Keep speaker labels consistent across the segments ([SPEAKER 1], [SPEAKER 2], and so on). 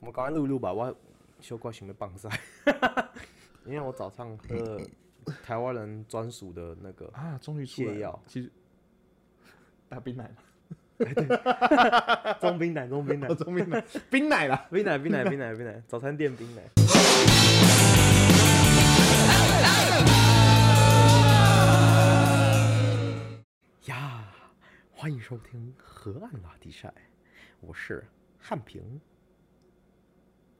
[SPEAKER 1] 我们赶快录一录吧，我小可想要放屎，因为我早上喝了台湾人专属的那个，
[SPEAKER 2] 啊，终于出来
[SPEAKER 1] 泻
[SPEAKER 2] 了
[SPEAKER 1] 药。
[SPEAKER 2] 其 实打冰奶嘛，
[SPEAKER 1] 中冰奶，中冰奶
[SPEAKER 2] 哦，中 冰奶，冰奶啦。
[SPEAKER 1] 冰奶，冰奶，冰奶，冰奶，早餐店冰奶。呀，欢迎收听河岸拉迪赛，我是汉平。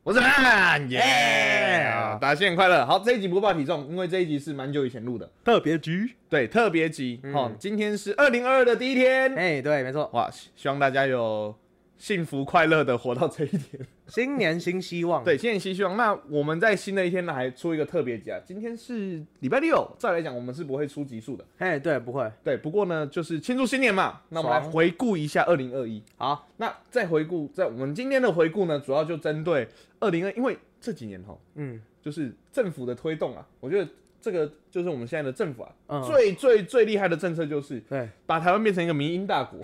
[SPEAKER 2] 我是曼耶啊
[SPEAKER 1] 哎，
[SPEAKER 2] 打线快乐。好，这一集不报体重，因为这一集是蛮久以前录的，
[SPEAKER 1] 特别局，
[SPEAKER 2] 对，特别集。好，今天是二零二二的第一天，
[SPEAKER 1] 嗯哎、对，没错，
[SPEAKER 2] 哇，希希望大家有幸福快乐的活到这一天。
[SPEAKER 1] 新年新希望，
[SPEAKER 2] 对，新年新希望。那我们在新的一天呢，还出一个特别集啊。今天是礼拜六，再来讲我们是不会出集数的。
[SPEAKER 1] 哎、对，不会，
[SPEAKER 2] 对，不过呢，就是庆祝新年嘛，那我们来
[SPEAKER 1] 爽
[SPEAKER 2] 回顾一下二零二一。
[SPEAKER 1] 好，
[SPEAKER 2] 那再回顾，在我们今天的回顾呢，主要就针对二零二，因为这几年哈，
[SPEAKER 1] 嗯，
[SPEAKER 2] 就是政府的推动啊，我觉得这个就是我们现在的政府啊，
[SPEAKER 1] 嗯
[SPEAKER 2] 最最最厉害的政策就是
[SPEAKER 1] 对，
[SPEAKER 2] 把台湾变成一个民营大国，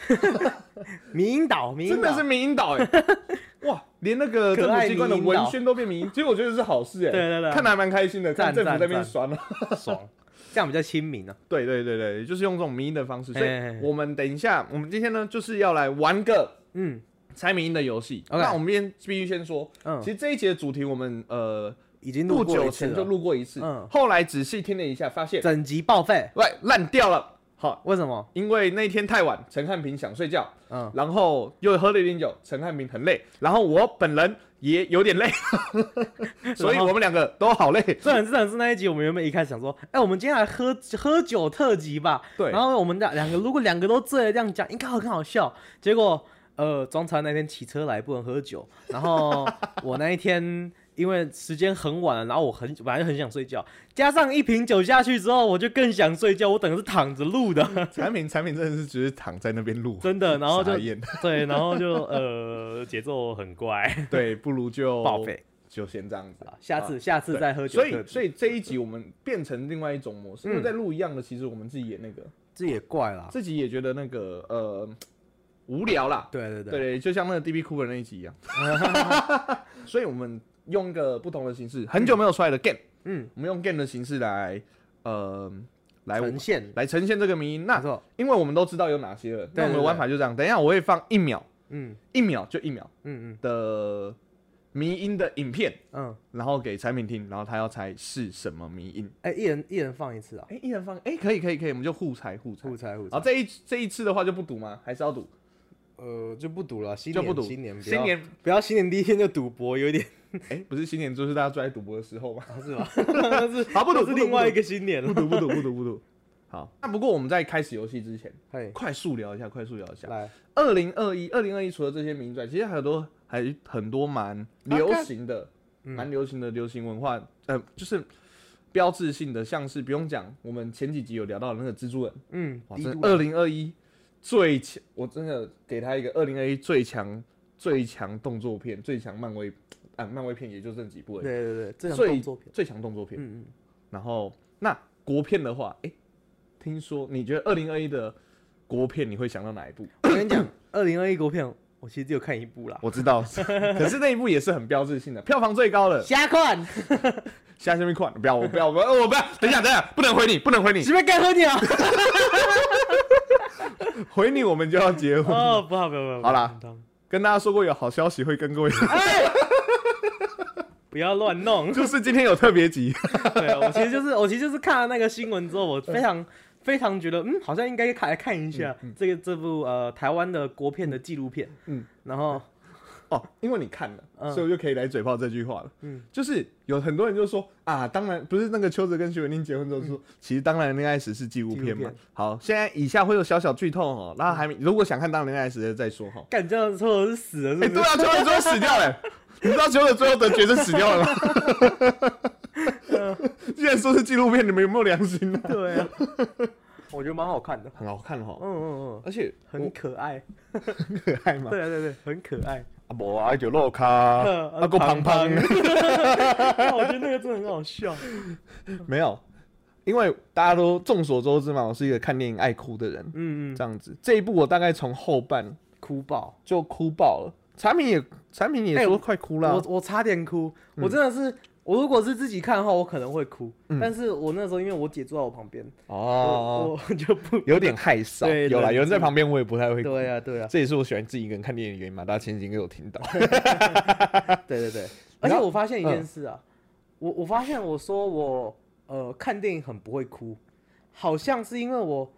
[SPEAKER 1] 民营岛，民营
[SPEAKER 2] 真
[SPEAKER 1] 岛
[SPEAKER 2] 的是，民营岛 哎、哇，连那个政
[SPEAKER 1] 可
[SPEAKER 2] 府
[SPEAKER 1] 爱
[SPEAKER 2] 机关的
[SPEAKER 1] 民营岛
[SPEAKER 2] 文宣都变民营，其实我觉得是好事哎、
[SPEAKER 1] 对对对
[SPEAKER 2] 看得还蛮开心的，看
[SPEAKER 1] 赞
[SPEAKER 2] 政府
[SPEAKER 1] 赞
[SPEAKER 2] 在那边
[SPEAKER 1] 赞
[SPEAKER 2] 爽了。
[SPEAKER 1] 爽，这样比较亲民啊。
[SPEAKER 2] 对对对对，就是用这种民营的方式，所
[SPEAKER 1] 嘿嘿
[SPEAKER 2] 以
[SPEAKER 1] 嘿
[SPEAKER 2] 我们等一下，我们今天呢就是要来玩个
[SPEAKER 1] 嗯
[SPEAKER 2] 猜民营的游戏。
[SPEAKER 1] OK
[SPEAKER 2] 那我们先必须先说，
[SPEAKER 1] 嗯
[SPEAKER 2] 其，实这一节的主题我们呃
[SPEAKER 1] 已经录
[SPEAKER 2] 不
[SPEAKER 1] 过
[SPEAKER 2] 久
[SPEAKER 1] 一次
[SPEAKER 2] 前就
[SPEAKER 1] 了，
[SPEAKER 2] 录过一次，
[SPEAKER 1] 嗯
[SPEAKER 2] 后来仔细听了一下，发现
[SPEAKER 1] 整集报废，
[SPEAKER 2] 喂烂掉了。好，
[SPEAKER 1] 为什么？
[SPEAKER 2] 因为那天太晚，陈汉平想睡觉，
[SPEAKER 1] 嗯，
[SPEAKER 2] 然后又喝了一点酒，陈汉平很累，然后我本人也有 点累，所以我们两个都好累。
[SPEAKER 1] 这很这很是那一集，我们原本一开始想说，哎、我们今天来喝喝酒特辑吧。
[SPEAKER 2] 对
[SPEAKER 1] 然后我们两两个，如果两个都醉了这样讲，应该很好笑。结果，呃，庄才那天骑车来不能喝酒，然后我那一天因为时间很晚了，然后我很本来就很想睡觉，加上一瓶酒下去之后，我就更想睡觉。我等于是躺着录的，
[SPEAKER 2] 产品产品真的是只是躺在那边录，
[SPEAKER 1] 真的。然后就
[SPEAKER 2] 傻眼
[SPEAKER 1] 对，然后就呃节奏很 怪，
[SPEAKER 2] 对，不如 就
[SPEAKER 1] 报废
[SPEAKER 2] 就先这样子
[SPEAKER 1] 啊。下次、下次
[SPEAKER 2] 对
[SPEAKER 1] 再喝酒
[SPEAKER 2] 所
[SPEAKER 1] 特辑。嗯
[SPEAKER 2] 以，所以这一集我们变成另外一种模式，因为在录一样的，其实我们自己也那个，
[SPEAKER 1] 这也怪啦。
[SPEAKER 2] 自己也觉得那个呃无聊啦。
[SPEAKER 1] 对对对，
[SPEAKER 2] 对，就像那个 DB Cooper 那一集 一样。 所以我们用一个不同的形式，很久没有出来的 game，
[SPEAKER 1] 嗯，
[SPEAKER 2] 我们用 game 的形式来呃来
[SPEAKER 1] 呈现。
[SPEAKER 2] 来呈现这个迷音。那
[SPEAKER 1] 没错，
[SPEAKER 2] 因为我们都知道有哪些了，
[SPEAKER 1] 对
[SPEAKER 2] 那我们的
[SPEAKER 1] 对
[SPEAKER 2] 玩法就这样。等一下我会放一秒，
[SPEAKER 1] 嗯
[SPEAKER 2] 一秒就一秒
[SPEAKER 1] 嗯嗯
[SPEAKER 2] 的迷音的影片。
[SPEAKER 1] 嗯，
[SPEAKER 2] 然后给产品听，然后他要猜是什么迷音。
[SPEAKER 1] 哎、一人一人放一次啊，
[SPEAKER 2] 哎、一人放，哎、可以可以可以，我们就互猜互猜。
[SPEAKER 1] 互猜互
[SPEAKER 2] 然后
[SPEAKER 1] 猜。
[SPEAKER 2] 这一这一次的话就不赌吗？还是要赌？
[SPEAKER 1] 呃，就不赌了，新
[SPEAKER 2] 就
[SPEAKER 1] 年
[SPEAKER 2] 不赌。
[SPEAKER 1] 新年不要
[SPEAKER 2] 新年，
[SPEAKER 1] 不要新年第一天就赌博，有 点
[SPEAKER 2] 哎、不是新年，就是大家最爱赌博的时 候吗？
[SPEAKER 1] 啊是吧？那是
[SPEAKER 2] 好不赌
[SPEAKER 1] 那是
[SPEAKER 2] 不赌
[SPEAKER 1] 另外一个新年
[SPEAKER 2] 不
[SPEAKER 1] 了。
[SPEAKER 2] 赌不赌不赌不赌。好，那不过我们在开始游戏之前，
[SPEAKER 1] 嘿，
[SPEAKER 2] 快速聊一下，快速聊一下。
[SPEAKER 1] 来，
[SPEAKER 2] 二零二一，二零二一除了这些名帅，其实还有多还很多
[SPEAKER 1] 啊
[SPEAKER 2] 蛮流行的，
[SPEAKER 1] 嗯
[SPEAKER 2] 蛮、流行的流行文化，呃，就是标志性的，像是不用讲，我们前几集有聊到的那个蜘蛛人。
[SPEAKER 1] 嗯，
[SPEAKER 2] 哇，
[SPEAKER 1] 低
[SPEAKER 2] 真
[SPEAKER 1] 度
[SPEAKER 2] 二零二一最强，我真的给他一个二零二一最强最强动作片，最强漫威啊，漫威片也就这几部
[SPEAKER 1] 对
[SPEAKER 2] 而已，
[SPEAKER 1] 对对，这种
[SPEAKER 2] 最
[SPEAKER 1] 动作片，
[SPEAKER 2] 最强动作片。
[SPEAKER 1] 嗯嗯，
[SPEAKER 2] 然后那国片的话，哎、听说你觉得二零二一的国片你会想到哪一部？
[SPEAKER 1] 我跟你讲，二零二一国片，我其实只有看一部啦，
[SPEAKER 2] 我知道， 可是那一部也是很标志性的，票房最高的《
[SPEAKER 1] 瞎看，
[SPEAKER 2] 下下面款》。不要，我不要，我不要，我不要，等一下，等一下，不能回你，不能回你，
[SPEAKER 1] 随便干喝你啊！
[SPEAKER 2] 回你我们就要结婚。
[SPEAKER 1] 哦，不好不好不好，
[SPEAKER 2] 好啦
[SPEAKER 1] 不好，
[SPEAKER 2] 跟大家说过有好消息会跟各位，。
[SPEAKER 1] 不要乱弄
[SPEAKER 2] 就是今天有特别集。
[SPEAKER 1] 对，啊我其实就是我其实就是看了那个新闻之后，我非常非常觉得，嗯，好像应该看来看一下这个这部呃台湾的国片的纪录片，
[SPEAKER 2] 嗯
[SPEAKER 1] 嗯，然后
[SPEAKER 2] 哦，因为你看了，
[SPEAKER 1] 嗯
[SPEAKER 2] 所以我就可以来嘴炮这句话了。嗯
[SPEAKER 1] 嗯，
[SPEAKER 2] 就是有很多人就说啊，当然不是那个邱泽跟徐文宁结婚之后就说，其实当然恋爱时是纪录
[SPEAKER 1] 嗯
[SPEAKER 2] 片
[SPEAKER 1] 纪录
[SPEAKER 2] 嘛
[SPEAKER 1] 片。
[SPEAKER 2] 好，现在以下会有小小剧透哦，那还没如果想看当然恋爱时的再说哈。
[SPEAKER 1] 干这样说我是死了，是
[SPEAKER 2] 哎、
[SPEAKER 1] 不
[SPEAKER 2] 对
[SPEAKER 1] 是？
[SPEAKER 2] 啊，邱泽最后死 掉了、你知道邱泽最后的角色死掉了吗？
[SPEAKER 1] 嗯
[SPEAKER 2] 既然说是纪录片，你们有没有良心呢、
[SPEAKER 1] 对啊，我觉得蛮好看的，
[SPEAKER 2] 很好看哈、
[SPEAKER 1] 嗯嗯嗯，
[SPEAKER 2] 而且
[SPEAKER 1] 很可爱，
[SPEAKER 2] 可爱嘛。
[SPEAKER 1] 对啊对对，很可爱，
[SPEAKER 2] 啊，无啊，就落卡，
[SPEAKER 1] 嗯
[SPEAKER 2] 啊，够胖胖。
[SPEAKER 1] 但我觉得那个真的很好笑，嗯
[SPEAKER 2] 没有，因为大家都众所周知嘛，我是一个看电影爱哭的人，
[SPEAKER 1] 嗯嗯，
[SPEAKER 2] 这样子。这一部我大概从后半
[SPEAKER 1] 哭爆，
[SPEAKER 2] 就哭爆了，产品也产品也
[SPEAKER 1] 哎
[SPEAKER 2] 说
[SPEAKER 1] 我
[SPEAKER 2] 快哭了嗯啊、
[SPEAKER 1] 我我差点哭，我真的是，我如果是自己看的话，我可能会哭，但是我那时候因为我姐坐在我旁边，
[SPEAKER 2] 嗯哦，
[SPEAKER 1] 我 我就不，
[SPEAKER 2] 有点害臊。
[SPEAKER 1] 对
[SPEAKER 2] 有啦，
[SPEAKER 1] 对
[SPEAKER 2] 有人在旁边我也不太会哭。
[SPEAKER 1] 对啊 对啊，
[SPEAKER 2] 这也是我喜欢自己一个人看电影的原因嘛，大家前几天给我听到。
[SPEAKER 1] 对对对，
[SPEAKER 2] 你
[SPEAKER 1] 而且
[SPEAKER 2] 知道
[SPEAKER 1] 我发现一件事啊，我我发现我说我呃看电影很不会哭，好像是因为我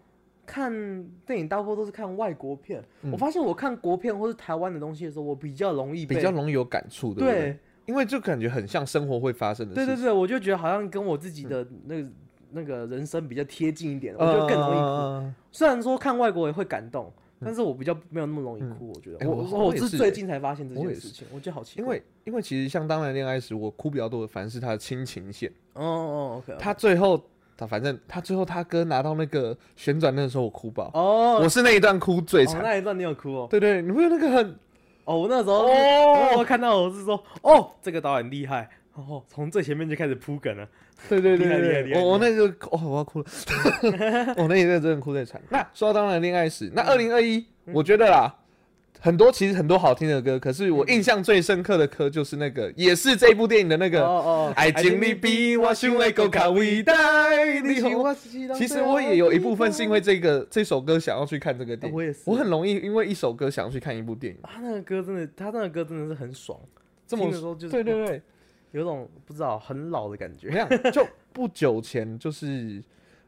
[SPEAKER 1] 看电影大部分都是看外国片，
[SPEAKER 2] 嗯
[SPEAKER 1] 我发现我看国片或是台湾的东西的时候，我比较容易被
[SPEAKER 2] 比较容易有感触，对不对？
[SPEAKER 1] 对
[SPEAKER 2] 因为就感觉很像生活会发生的事
[SPEAKER 1] 对
[SPEAKER 2] 情。
[SPEAKER 1] 对对，我就觉得好像跟我自己的
[SPEAKER 2] 嗯
[SPEAKER 1] 那个那个人生比较贴近一点，我
[SPEAKER 2] 呃，
[SPEAKER 1] 就更容易哭。
[SPEAKER 2] 易
[SPEAKER 1] 虽然说看外国也会感动，但是我比较没有那么容易哭。我觉
[SPEAKER 2] 嗯哎
[SPEAKER 1] 得我
[SPEAKER 2] 我
[SPEAKER 1] 我
[SPEAKER 2] 我也
[SPEAKER 1] 是
[SPEAKER 2] 是
[SPEAKER 1] 最
[SPEAKER 2] 哎
[SPEAKER 1] 近才发现这
[SPEAKER 2] 我
[SPEAKER 1] 件
[SPEAKER 2] 也
[SPEAKER 1] 事情，我觉得好奇怪。
[SPEAKER 2] 因为因为其实像《当然恋爱时》，我哭比较多的反而是他的亲情线。
[SPEAKER 1] 哦哦，OK，
[SPEAKER 2] 他最后他反正他最后他哥拿到那个旋转那个时候，我哭爆。
[SPEAKER 1] 哦，
[SPEAKER 2] 我是那一段哭最
[SPEAKER 1] 哦
[SPEAKER 2] 惨。
[SPEAKER 1] 那一段你有哭哦？
[SPEAKER 2] 对对，你不有那个很
[SPEAKER 1] 哦，我那时候是
[SPEAKER 2] 哦
[SPEAKER 1] 我那时候看到我是说，哦，这个导演厉害，哦，从最前面就开始铺梗了。
[SPEAKER 2] 对对
[SPEAKER 1] 厉害
[SPEAKER 2] 对
[SPEAKER 1] 厉害
[SPEAKER 2] 对
[SPEAKER 1] 厉
[SPEAKER 2] 对，
[SPEAKER 1] 害
[SPEAKER 2] 我我那个哦，我要哭了， 我那一阵真的哭最惨。那说到当然恋爱史，那二零二一，我觉得啦，很多其实很多好听的歌，可是我印象最深刻的歌就是那个，也是这部电影的那
[SPEAKER 1] 哦
[SPEAKER 2] 个。
[SPEAKER 1] 哦，
[SPEAKER 2] 爱情里比我想的更加伟大。你
[SPEAKER 1] 是
[SPEAKER 2] 是我
[SPEAKER 1] 我是
[SPEAKER 2] 其实我也有一部分是因为这个这首歌想要去看这个电影，
[SPEAKER 1] 啊我也是
[SPEAKER 2] 很容易因为一首歌想要去看一部电影。
[SPEAKER 1] 他那个歌真的，他那个歌真的是很爽，
[SPEAKER 2] 这么
[SPEAKER 1] 听的时候就是
[SPEAKER 2] 对对对，
[SPEAKER 1] 有种不知道很老的感
[SPEAKER 2] 怎
[SPEAKER 1] 觉。
[SPEAKER 2] 么样？就不久前就是，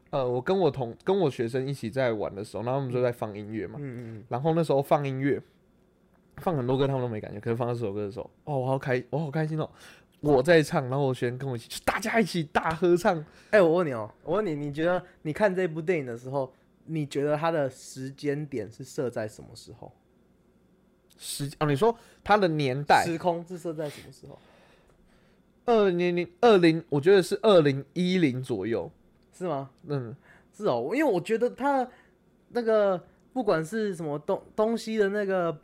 [SPEAKER 2] 呃，我跟我同跟我学生一起在玩的时候，然后他们就在放音乐嘛，
[SPEAKER 1] 嗯嗯
[SPEAKER 2] 然后那时候放音乐，放很多歌他们都没感觉，可是放这首歌的时候，哦，我好开，我好开心哦！我在唱，然后我学生跟我一起，就大家一起大合唱。
[SPEAKER 1] 嗯。哎，我问你哦，我问你，你觉得你看这部电影的时候，你觉得它的时间点是设在什么时候？
[SPEAKER 2] 时哦，你说他的年代，
[SPEAKER 1] 时空是设在什么时候？
[SPEAKER 2] 二零零二零，我觉得是二零一零左右。
[SPEAKER 1] 是吗？
[SPEAKER 2] 嗯，
[SPEAKER 1] 是哦，因为我觉得它那个不管是什么东东西的那个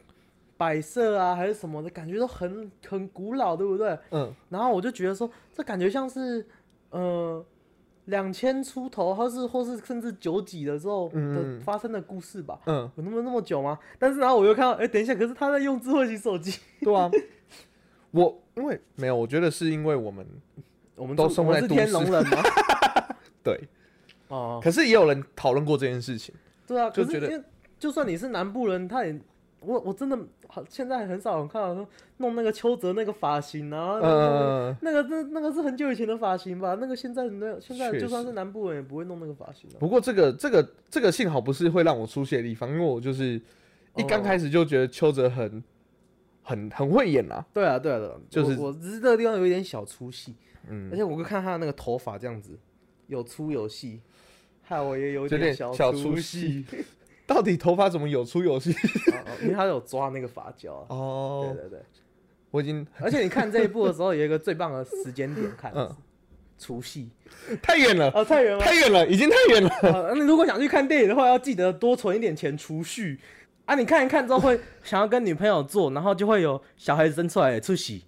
[SPEAKER 1] 摆设啊，还是什么的，感觉都很很古老，对不对？
[SPEAKER 2] 嗯，
[SPEAKER 1] 然后我就觉得说，这感觉像是呃两千出头，或是或是甚至九几的时候的
[SPEAKER 2] 嗯
[SPEAKER 1] 发生的故事吧。
[SPEAKER 2] 嗯，
[SPEAKER 1] 有那么那么久吗？但是然后我又看到，哎、等一下，可是他在用智慧型手 机。
[SPEAKER 2] 对啊。我因为没有，我觉得是因为我们
[SPEAKER 1] 我们
[SPEAKER 2] 都
[SPEAKER 1] 是
[SPEAKER 2] 生
[SPEAKER 1] 我们
[SPEAKER 2] 在
[SPEAKER 1] 是
[SPEAKER 2] 都
[SPEAKER 1] 天
[SPEAKER 2] 市
[SPEAKER 1] 龙人吗？
[SPEAKER 2] 对，
[SPEAKER 1] 哦，
[SPEAKER 2] 可是也有人讨论过这件事情。
[SPEAKER 1] 对啊，可
[SPEAKER 2] 就是觉得
[SPEAKER 1] 因为就算你是南部人，他也我我真的好现在很少看到说弄那个邱泽那个发型啊，
[SPEAKER 2] 嗯，
[SPEAKER 1] 那个那那个是很久以前的发型吧？那个现在那现在
[SPEAKER 2] 确
[SPEAKER 1] 就算
[SPEAKER 2] 实
[SPEAKER 1] 是南部人也不会弄那个发型、啊。
[SPEAKER 2] 不过这个这个这个幸好不是会让我出血的地方，因为我就是一刚
[SPEAKER 1] 哦
[SPEAKER 2] 开始就觉得邱泽很很很会演啊。
[SPEAKER 1] 对啊，对啊，对啊，
[SPEAKER 2] 就是
[SPEAKER 1] 我我只是这个地方有一点小粗细，
[SPEAKER 2] 嗯，
[SPEAKER 1] 而且我看他的那个头发这样子，有粗有细，害我也有
[SPEAKER 2] 有点
[SPEAKER 1] 小
[SPEAKER 2] 小
[SPEAKER 1] 粗
[SPEAKER 2] 粗细。 到底头发怎么有粗有细？
[SPEAKER 1] 哦哦因为他有抓那个发胶啊。对
[SPEAKER 2] 哦，
[SPEAKER 1] 对对，
[SPEAKER 2] 我已经
[SPEAKER 1] 而且你看这一部的时候，有一个最棒的时间点看，
[SPEAKER 2] 嗯
[SPEAKER 1] 除夕
[SPEAKER 2] 太远了，
[SPEAKER 1] 啊，太原吗？
[SPEAKER 2] 太远了，已经太远了。
[SPEAKER 1] 呃，那如果想去看电影的话，要记得多存一点钱储蓄啊！你看一看之后会想要跟女朋友做，然后就会有小孩子生出来的出席。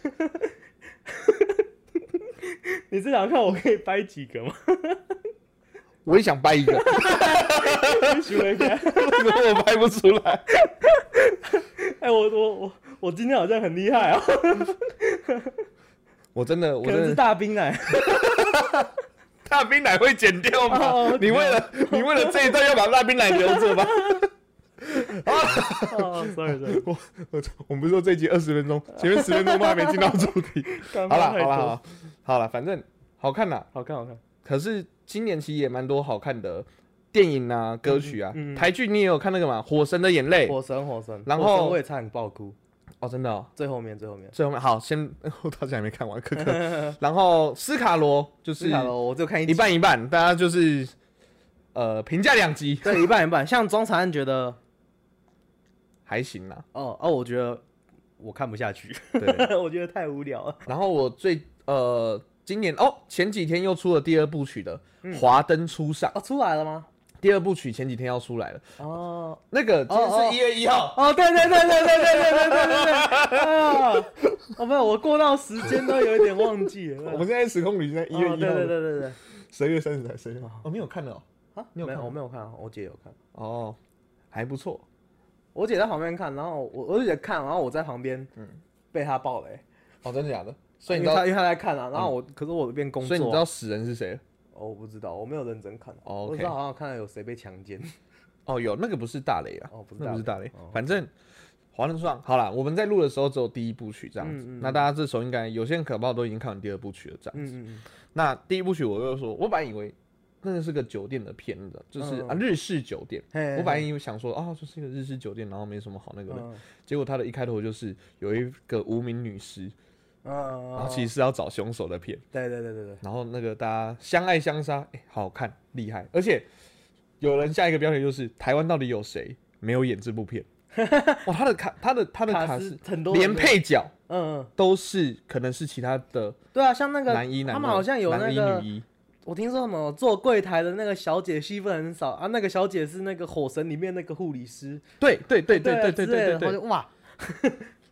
[SPEAKER 1] 你这想看我可以掰几个吗？
[SPEAKER 2] 我也想掰一个，
[SPEAKER 1] 徐维凯，
[SPEAKER 2] 可是我掰不出来。
[SPEAKER 1] 哎，我我我我今天好像很厉害啊，
[SPEAKER 2] 我真的，我
[SPEAKER 1] 可能
[SPEAKER 2] 真
[SPEAKER 1] 是
[SPEAKER 2] 的，
[SPEAKER 1] 大兵啊 来。
[SPEAKER 2] 大冰奶会剪掉
[SPEAKER 1] 哦
[SPEAKER 2] 吗？你为了你为了这一段要把大冰奶留着吧？
[SPEAKER 1] 哦，sorry sorry，
[SPEAKER 2] 我我我们不是说这一集二十分钟，前面十分钟都还没进到主题。
[SPEAKER 1] 刚
[SPEAKER 2] 好
[SPEAKER 1] 刚
[SPEAKER 2] 啦
[SPEAKER 1] 太
[SPEAKER 2] 好啦好
[SPEAKER 1] 多
[SPEAKER 2] 啦好啦，反正好看啦。
[SPEAKER 1] 好看好看，
[SPEAKER 2] 可是今年其实也蛮多好看的电影啊、歌曲啊、
[SPEAKER 1] 嗯嗯
[SPEAKER 2] 台剧，你也有看那个嘛，《火神的眼泪》
[SPEAKER 1] 火神火神，
[SPEAKER 2] 然
[SPEAKER 1] 火神
[SPEAKER 2] 后
[SPEAKER 1] 我也差点爆哭，
[SPEAKER 2] 哦，真的、哦。
[SPEAKER 1] 最后面最后面。
[SPEAKER 2] 最后面好，先 我到现在还没看完，可可。然后斯卡罗就是
[SPEAKER 1] 是啊，我就看一集
[SPEAKER 2] 一半一半，大家就是呃评价两集，
[SPEAKER 1] 对一半一半，像庄长安觉得
[SPEAKER 2] 还行啦。
[SPEAKER 1] 哦哦，我觉得我看不下去，
[SPEAKER 2] 对。
[SPEAKER 1] 我觉得太无聊了。
[SPEAKER 2] 然后我最呃今年哦前几天又出了第二部曲的《华灯初上》，
[SPEAKER 1] 哦，出来了吗？
[SPEAKER 2] 第二部曲前几天要出来了。
[SPEAKER 1] 哦
[SPEAKER 2] 那个今
[SPEAKER 1] 哦
[SPEAKER 2] 天
[SPEAKER 1] 哦
[SPEAKER 2] 是一月一号，
[SPEAKER 1] 哦，对对对对对对对对对对对啊！哦，不是，我过到时间都有一点忘记了。
[SPEAKER 2] 我们现在时空旅行在一月
[SPEAKER 1] 哦
[SPEAKER 2] 一号，
[SPEAKER 1] 对对对对对
[SPEAKER 2] 十二月三十才生日。哦，你有看了哦？
[SPEAKER 1] 啊，
[SPEAKER 2] 你有
[SPEAKER 1] 没
[SPEAKER 2] 看
[SPEAKER 1] 有？
[SPEAKER 2] 吗
[SPEAKER 1] 我没有看，我姐有看。
[SPEAKER 2] 哦，还不错。
[SPEAKER 1] 我姐在旁边看，然后我我姐看，然后我在旁边，被她爆雷，
[SPEAKER 2] 哦，真的假的？所以
[SPEAKER 1] 因
[SPEAKER 2] 你
[SPEAKER 1] 为
[SPEAKER 2] 知道，啊
[SPEAKER 1] 她因为她在看啊，然后我可是我一边工
[SPEAKER 2] 所
[SPEAKER 1] 作
[SPEAKER 2] 以你知，道死人是谁？
[SPEAKER 1] 哦，我不知道，我没有认真看，啊
[SPEAKER 2] 哦
[SPEAKER 1] 我
[SPEAKER 2] OK
[SPEAKER 1] 知道好像看到有谁被强奸，
[SPEAKER 2] 哦，有那个不是大雷 啊，
[SPEAKER 1] 哦不是
[SPEAKER 2] 那不是
[SPEAKER 1] 大
[SPEAKER 2] 大雷，反正。华灯初上，好啦，我们在录的时候只有第一部曲这样子，那大家这时候应该有些人可能都已经看完第二部曲了这样。
[SPEAKER 1] 嗯嗯嗯，
[SPEAKER 2] 那第一部曲我又说，我本来以为那个是个酒店的片子，就是、
[SPEAKER 1] 嗯
[SPEAKER 2] 啊日式酒店，
[SPEAKER 1] 嘿
[SPEAKER 2] 我本来以为想说啊、就是一个日式酒店，然后没什么好那个的，
[SPEAKER 1] 嗯
[SPEAKER 2] 结果他的一开头就是有一个无名女尸，
[SPEAKER 1] 嗯，
[SPEAKER 2] 然后其实是要找凶手的片，
[SPEAKER 1] 对对对对对，
[SPEAKER 2] 然后那个大家相爱相杀，哎、好好看，厉害，而且有人下一个标题就是台湾到底有谁没有演这部 片？哇，他的卡，他的他的
[SPEAKER 1] 卡
[SPEAKER 2] 卡
[SPEAKER 1] 斯
[SPEAKER 2] 是
[SPEAKER 1] 很多人
[SPEAKER 2] 连
[SPEAKER 1] 都
[SPEAKER 2] 配角
[SPEAKER 1] 嗯嗯，
[SPEAKER 2] 都是可能是其他的
[SPEAKER 1] 对啊，像那个
[SPEAKER 2] 男一男二，
[SPEAKER 1] 他们好像有
[SPEAKER 2] 男
[SPEAKER 1] 那
[SPEAKER 2] 一
[SPEAKER 1] 个
[SPEAKER 2] 女一，
[SPEAKER 1] 我听说什么做柜台的那个小姐戏份很少啊，那个小姐是那个《火神》里面那个护理师，
[SPEAKER 2] 对对对对对
[SPEAKER 1] 之
[SPEAKER 2] 对
[SPEAKER 1] 类的
[SPEAKER 2] 对
[SPEAKER 1] 然后
[SPEAKER 2] 对
[SPEAKER 1] 就哇，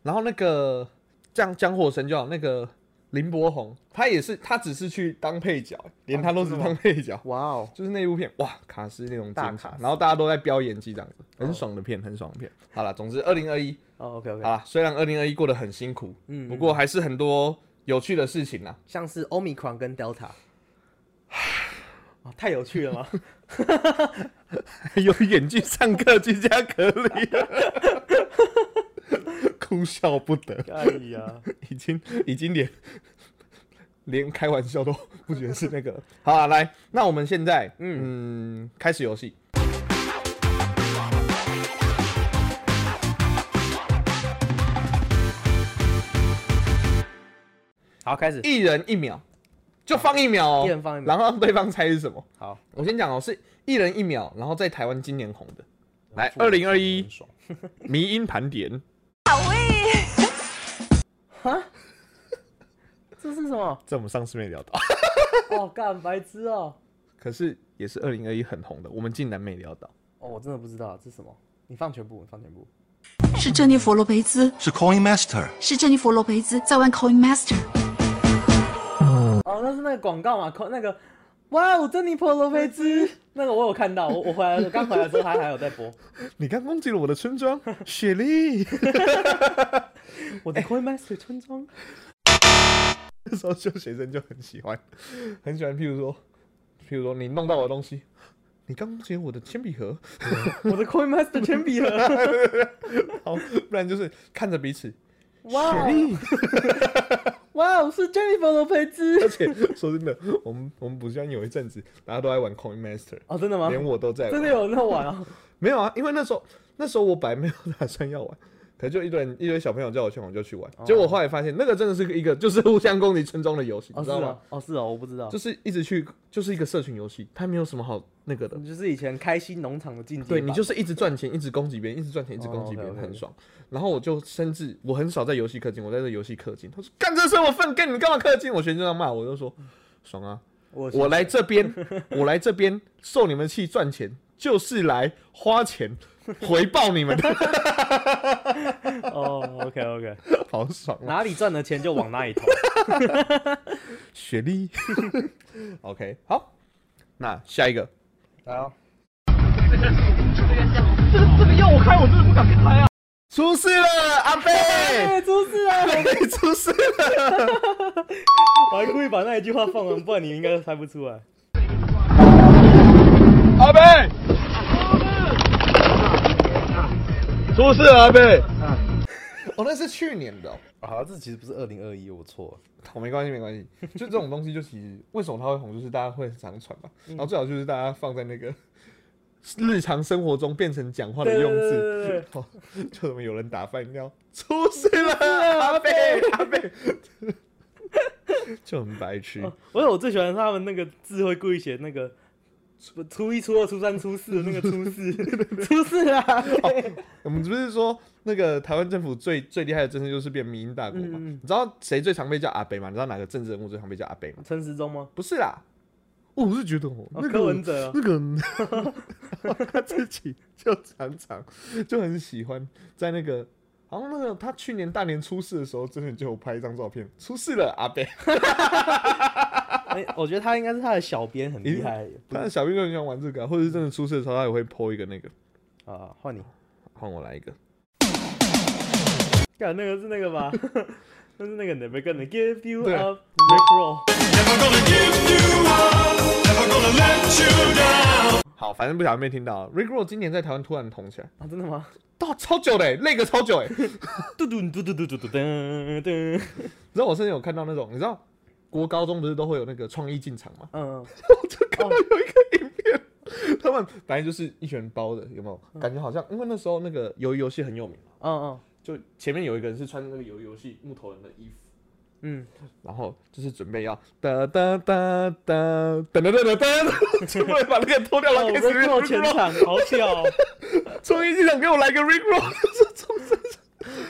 [SPEAKER 2] 然后那个江江火神就好，那个林柏宏，他也是，他只是去当配角，连他都是当配角，
[SPEAKER 1] 哇哦，
[SPEAKER 2] 就是那部片，哇，卡斯那种
[SPEAKER 1] 大
[SPEAKER 2] 精
[SPEAKER 1] 卡
[SPEAKER 2] 彩
[SPEAKER 1] 斯嗯
[SPEAKER 2] 然后大家都在飙演技这样子，很爽的片，很爽的片。好了，总之二零二一，
[SPEAKER 1] 哦，OK
[SPEAKER 2] 好
[SPEAKER 1] OK，
[SPEAKER 2] 了，虽然二零二一过得很辛苦，
[SPEAKER 1] 嗯
[SPEAKER 2] 不过还是很多有趣的事情 啦。
[SPEAKER 1] 像是 Omicron 跟 Delta，哇太有趣了吗？
[SPEAKER 2] 有远距上课居家隔离， 哭笑不得，
[SPEAKER 1] 哎呀，
[SPEAKER 2] 已经已经连连开玩笑都不觉得是那个了。好啊，来，那我们现在嗯开始游戏。
[SPEAKER 1] 好，开始，
[SPEAKER 2] 一人一秒，就放一秒哦、
[SPEAKER 1] 一人放一秒
[SPEAKER 2] 然后让对方猜是什么。
[SPEAKER 1] 好，
[SPEAKER 2] 我先讲哦、是一人一秒，然后在台湾今年红的。来，
[SPEAKER 1] 我
[SPEAKER 2] 二
[SPEAKER 1] 很
[SPEAKER 2] 零二一
[SPEAKER 1] 很爽，
[SPEAKER 2] 迷音盘点，
[SPEAKER 1] 这是什么？
[SPEAKER 2] 这我们上次没聊到，
[SPEAKER 1] 哦，干白痴哦，
[SPEAKER 2] 可是也是二零二一很红的，我们竟然没聊到。
[SPEAKER 1] 哦，我真的不知道这是什么，你放全部，你放全部，
[SPEAKER 3] 是珍妮佛·洛培兹，
[SPEAKER 4] 是 Coin Master。
[SPEAKER 3] 是珍妮佛·洛培兹在玩 Coin Master。
[SPEAKER 1] 哦，那是那个广告嘛，扣那个。哇哦，珍妮佛罗菲兹，那个我有看到，我我回 来，我刚回来的时候还还有在播，
[SPEAKER 2] 你刚攻击了我的村庄，雪莉。
[SPEAKER 1] 我的 Coin Master 村庄，
[SPEAKER 2] 那时候就学生就很喜欢，很喜欢，譬如说，譬如说你弄到我的东西，你刚攻击我的铅笔盒，
[SPEAKER 1] 我的 Coin Master 铅笔盒，
[SPEAKER 2] 好，不然就是看着彼此，
[SPEAKER 1] 哇哦， 哇哦，是 Jennifer 罗培
[SPEAKER 2] 而
[SPEAKER 1] 兹。
[SPEAKER 2] 且说真的，我们我们补习班有一阵子，大家都在玩 Coin Master，
[SPEAKER 1] 哦，真的吗？
[SPEAKER 2] 连我都在玩
[SPEAKER 1] 真的有那玩啊？
[SPEAKER 2] 没有啊，因为那时候那时候我本来没有打算要玩， 可就一堆人一堆小朋友叫我去玩，我就去玩。
[SPEAKER 1] 哦
[SPEAKER 2] 结果我后来发现，那个真的是一个 就是互相攻击村庄的游戏，
[SPEAKER 1] 哦，
[SPEAKER 2] 你知
[SPEAKER 1] 是
[SPEAKER 2] 道吗
[SPEAKER 1] 哦？，哦是哦，我不知道
[SPEAKER 2] 就。是一直去，就是一个社群游戏，它没有什么好那个的。
[SPEAKER 1] 你就是以啊前开心农场的竞技
[SPEAKER 2] 对
[SPEAKER 1] 版
[SPEAKER 2] 你就是一直赚钱，一直攻击别人，一直赚钱，一直攻击别人，
[SPEAKER 1] 哦，OK，OK，OK
[SPEAKER 2] 很爽。然后我就甚至我很少在游戏氪金，我在这游戏氪金。他说：“干这是我份，干你干嘛氪金？”我学生就这样骂我，我就说：“爽啊，
[SPEAKER 1] 我
[SPEAKER 2] 我来这边， 我来这边受你们气赚钱，就是来花钱回报你们的，
[SPEAKER 1] 哦，OK OK，
[SPEAKER 2] 好爽啊！
[SPEAKER 1] 哪里赚的钱就往哪里投。
[SPEAKER 2] 雪 莉，OK，好，那下一个，哦
[SPEAKER 1] 好，
[SPEAKER 2] 啊出事了，阿 贝，
[SPEAKER 1] 哎，出事啊！
[SPEAKER 2] 阿贝出事了。
[SPEAKER 1] 我还故意把那一句话放完，不然你应该猜不出来。
[SPEAKER 2] 阿贝，出事了，阿贝。哦，那是去年的哦、
[SPEAKER 1] 好，这其实不是二零二一，我错了。
[SPEAKER 2] 好，没关系，没关系。就这种东西，就其实为什么它会红，就是大家会很常传嘛。
[SPEAKER 1] 嗯
[SPEAKER 2] 然后最好就是大家放在那个 日常生活中变成讲话的用
[SPEAKER 1] 对对对对
[SPEAKER 2] 字。 哦，就什么有人打饭要出事 了，阿贝，阿贝， 就很白痴。
[SPEAKER 1] 我有我最喜欢他们那个字会故意写那个初初一、初二、初三、初四的那个初四，初四啊！
[SPEAKER 2] 我们不是说那个台湾政府最最厉害的政治就是变民营大国嘛？
[SPEAKER 1] 嗯嗯嗯
[SPEAKER 2] 你知道谁最常被叫阿北吗？你知道哪个政治人物最常被叫阿北吗？
[SPEAKER 1] 陈时中吗？
[SPEAKER 2] 不是啦，我是觉得哦，那个
[SPEAKER 1] 柯文哲啊
[SPEAKER 2] 那个 他自己就常常就很喜欢在那个。好像那个他去年大年初四的时候，真的就有拍一张照片，出事了阿北。
[SPEAKER 1] 哎，我觉得他应该是他的小编很厉害。
[SPEAKER 2] 他的小兵就很喜欢玩这个啊、或者是真的出事的时候，他也会 PO 一个那个
[SPEAKER 1] 啊，换你。
[SPEAKER 2] 换我来一个。
[SPEAKER 1] 干那个是那个吧？那是那个 Never gonna give you
[SPEAKER 2] 对
[SPEAKER 1] up Rick Roll。
[SPEAKER 4] Never gonna give you up, never gonna let you down.
[SPEAKER 2] 好，反正不小心被听到了。Rick 啊 Roll 今年在台湾突然红起来，
[SPEAKER 1] 啊，真的吗？
[SPEAKER 2] 到超久嘞，那个超久哎。你
[SPEAKER 1] 嘟嘟嘟嘟嘟嘟嘟噔噔，
[SPEAKER 2] 知道我甚至有看到那种，你知道国高中不是都会有那个创意进场吗？
[SPEAKER 1] 嗯，
[SPEAKER 2] 我就看到有一个影片， 他们反正就是一群包的，有没有？感觉好像因为那时候那个鱿鱼游戏很有名嘛，
[SPEAKER 1] 嗯嗯
[SPEAKER 2] 就前面有一个人是穿那个鱿鱼游戏木头人的衣服。
[SPEAKER 1] 嗯，
[SPEAKER 2] 然后就是准备要哒哒哒哒哒哒哒 哒哒，准备把那个脱掉，然后
[SPEAKER 1] 哦
[SPEAKER 2] 开始
[SPEAKER 1] Rick Roll
[SPEAKER 2] Rick
[SPEAKER 1] 前
[SPEAKER 2] Roll，
[SPEAKER 1] 场好屌哦。
[SPEAKER 2] 从一进场给我来个 Rick Roll，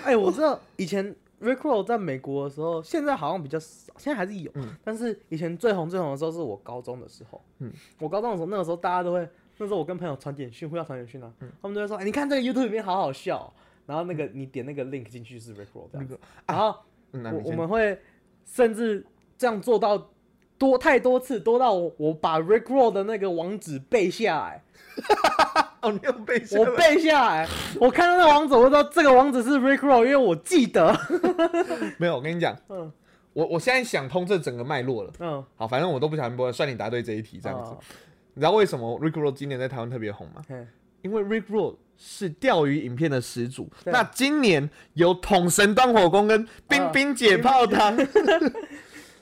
[SPEAKER 1] 哎，我知道以前 Rick Roll 在美国的时候，现在好像比较少，现在还是有，但是以前最红最红的时候是我高中的时候。
[SPEAKER 2] 嗯，
[SPEAKER 1] 我高中的时候，那个时候大家都会，那时候我跟朋友传简讯，互相传简讯啊，
[SPEAKER 2] 嗯
[SPEAKER 1] 他们都会说，哎，你看这个 YouTube 里面好好笑哦。然后那个你点那个 link 进去是 Rick Roll 这样子，然后
[SPEAKER 2] 嗯 那
[SPEAKER 1] 我
[SPEAKER 2] 你
[SPEAKER 1] 我
[SPEAKER 2] 先
[SPEAKER 1] 们会甚至这样做到多太多次，多到我我把 Rick Roll 的那个网址背下来，
[SPEAKER 2] 哦， 你有背下
[SPEAKER 1] 我
[SPEAKER 2] 来，
[SPEAKER 1] 背下来，我看到那网址，我就知道这个网址是 Rick Roll，因为我记得。
[SPEAKER 2] 没有，我跟你讲，
[SPEAKER 1] 嗯
[SPEAKER 2] 我我现在想通这整个脉络了。
[SPEAKER 1] 嗯，
[SPEAKER 2] 好，反正我都不小心播了，算你答对这一题这样子
[SPEAKER 1] 哦。
[SPEAKER 2] 你知道为什么 Rick Roll 今年在台湾特别红吗？
[SPEAKER 1] 嘿
[SPEAKER 2] 因为 Rick Roll 是钓鱼影片的始祖。
[SPEAKER 1] 对啊
[SPEAKER 2] 那今年有桶神端火锅跟冰冰解泡 汤，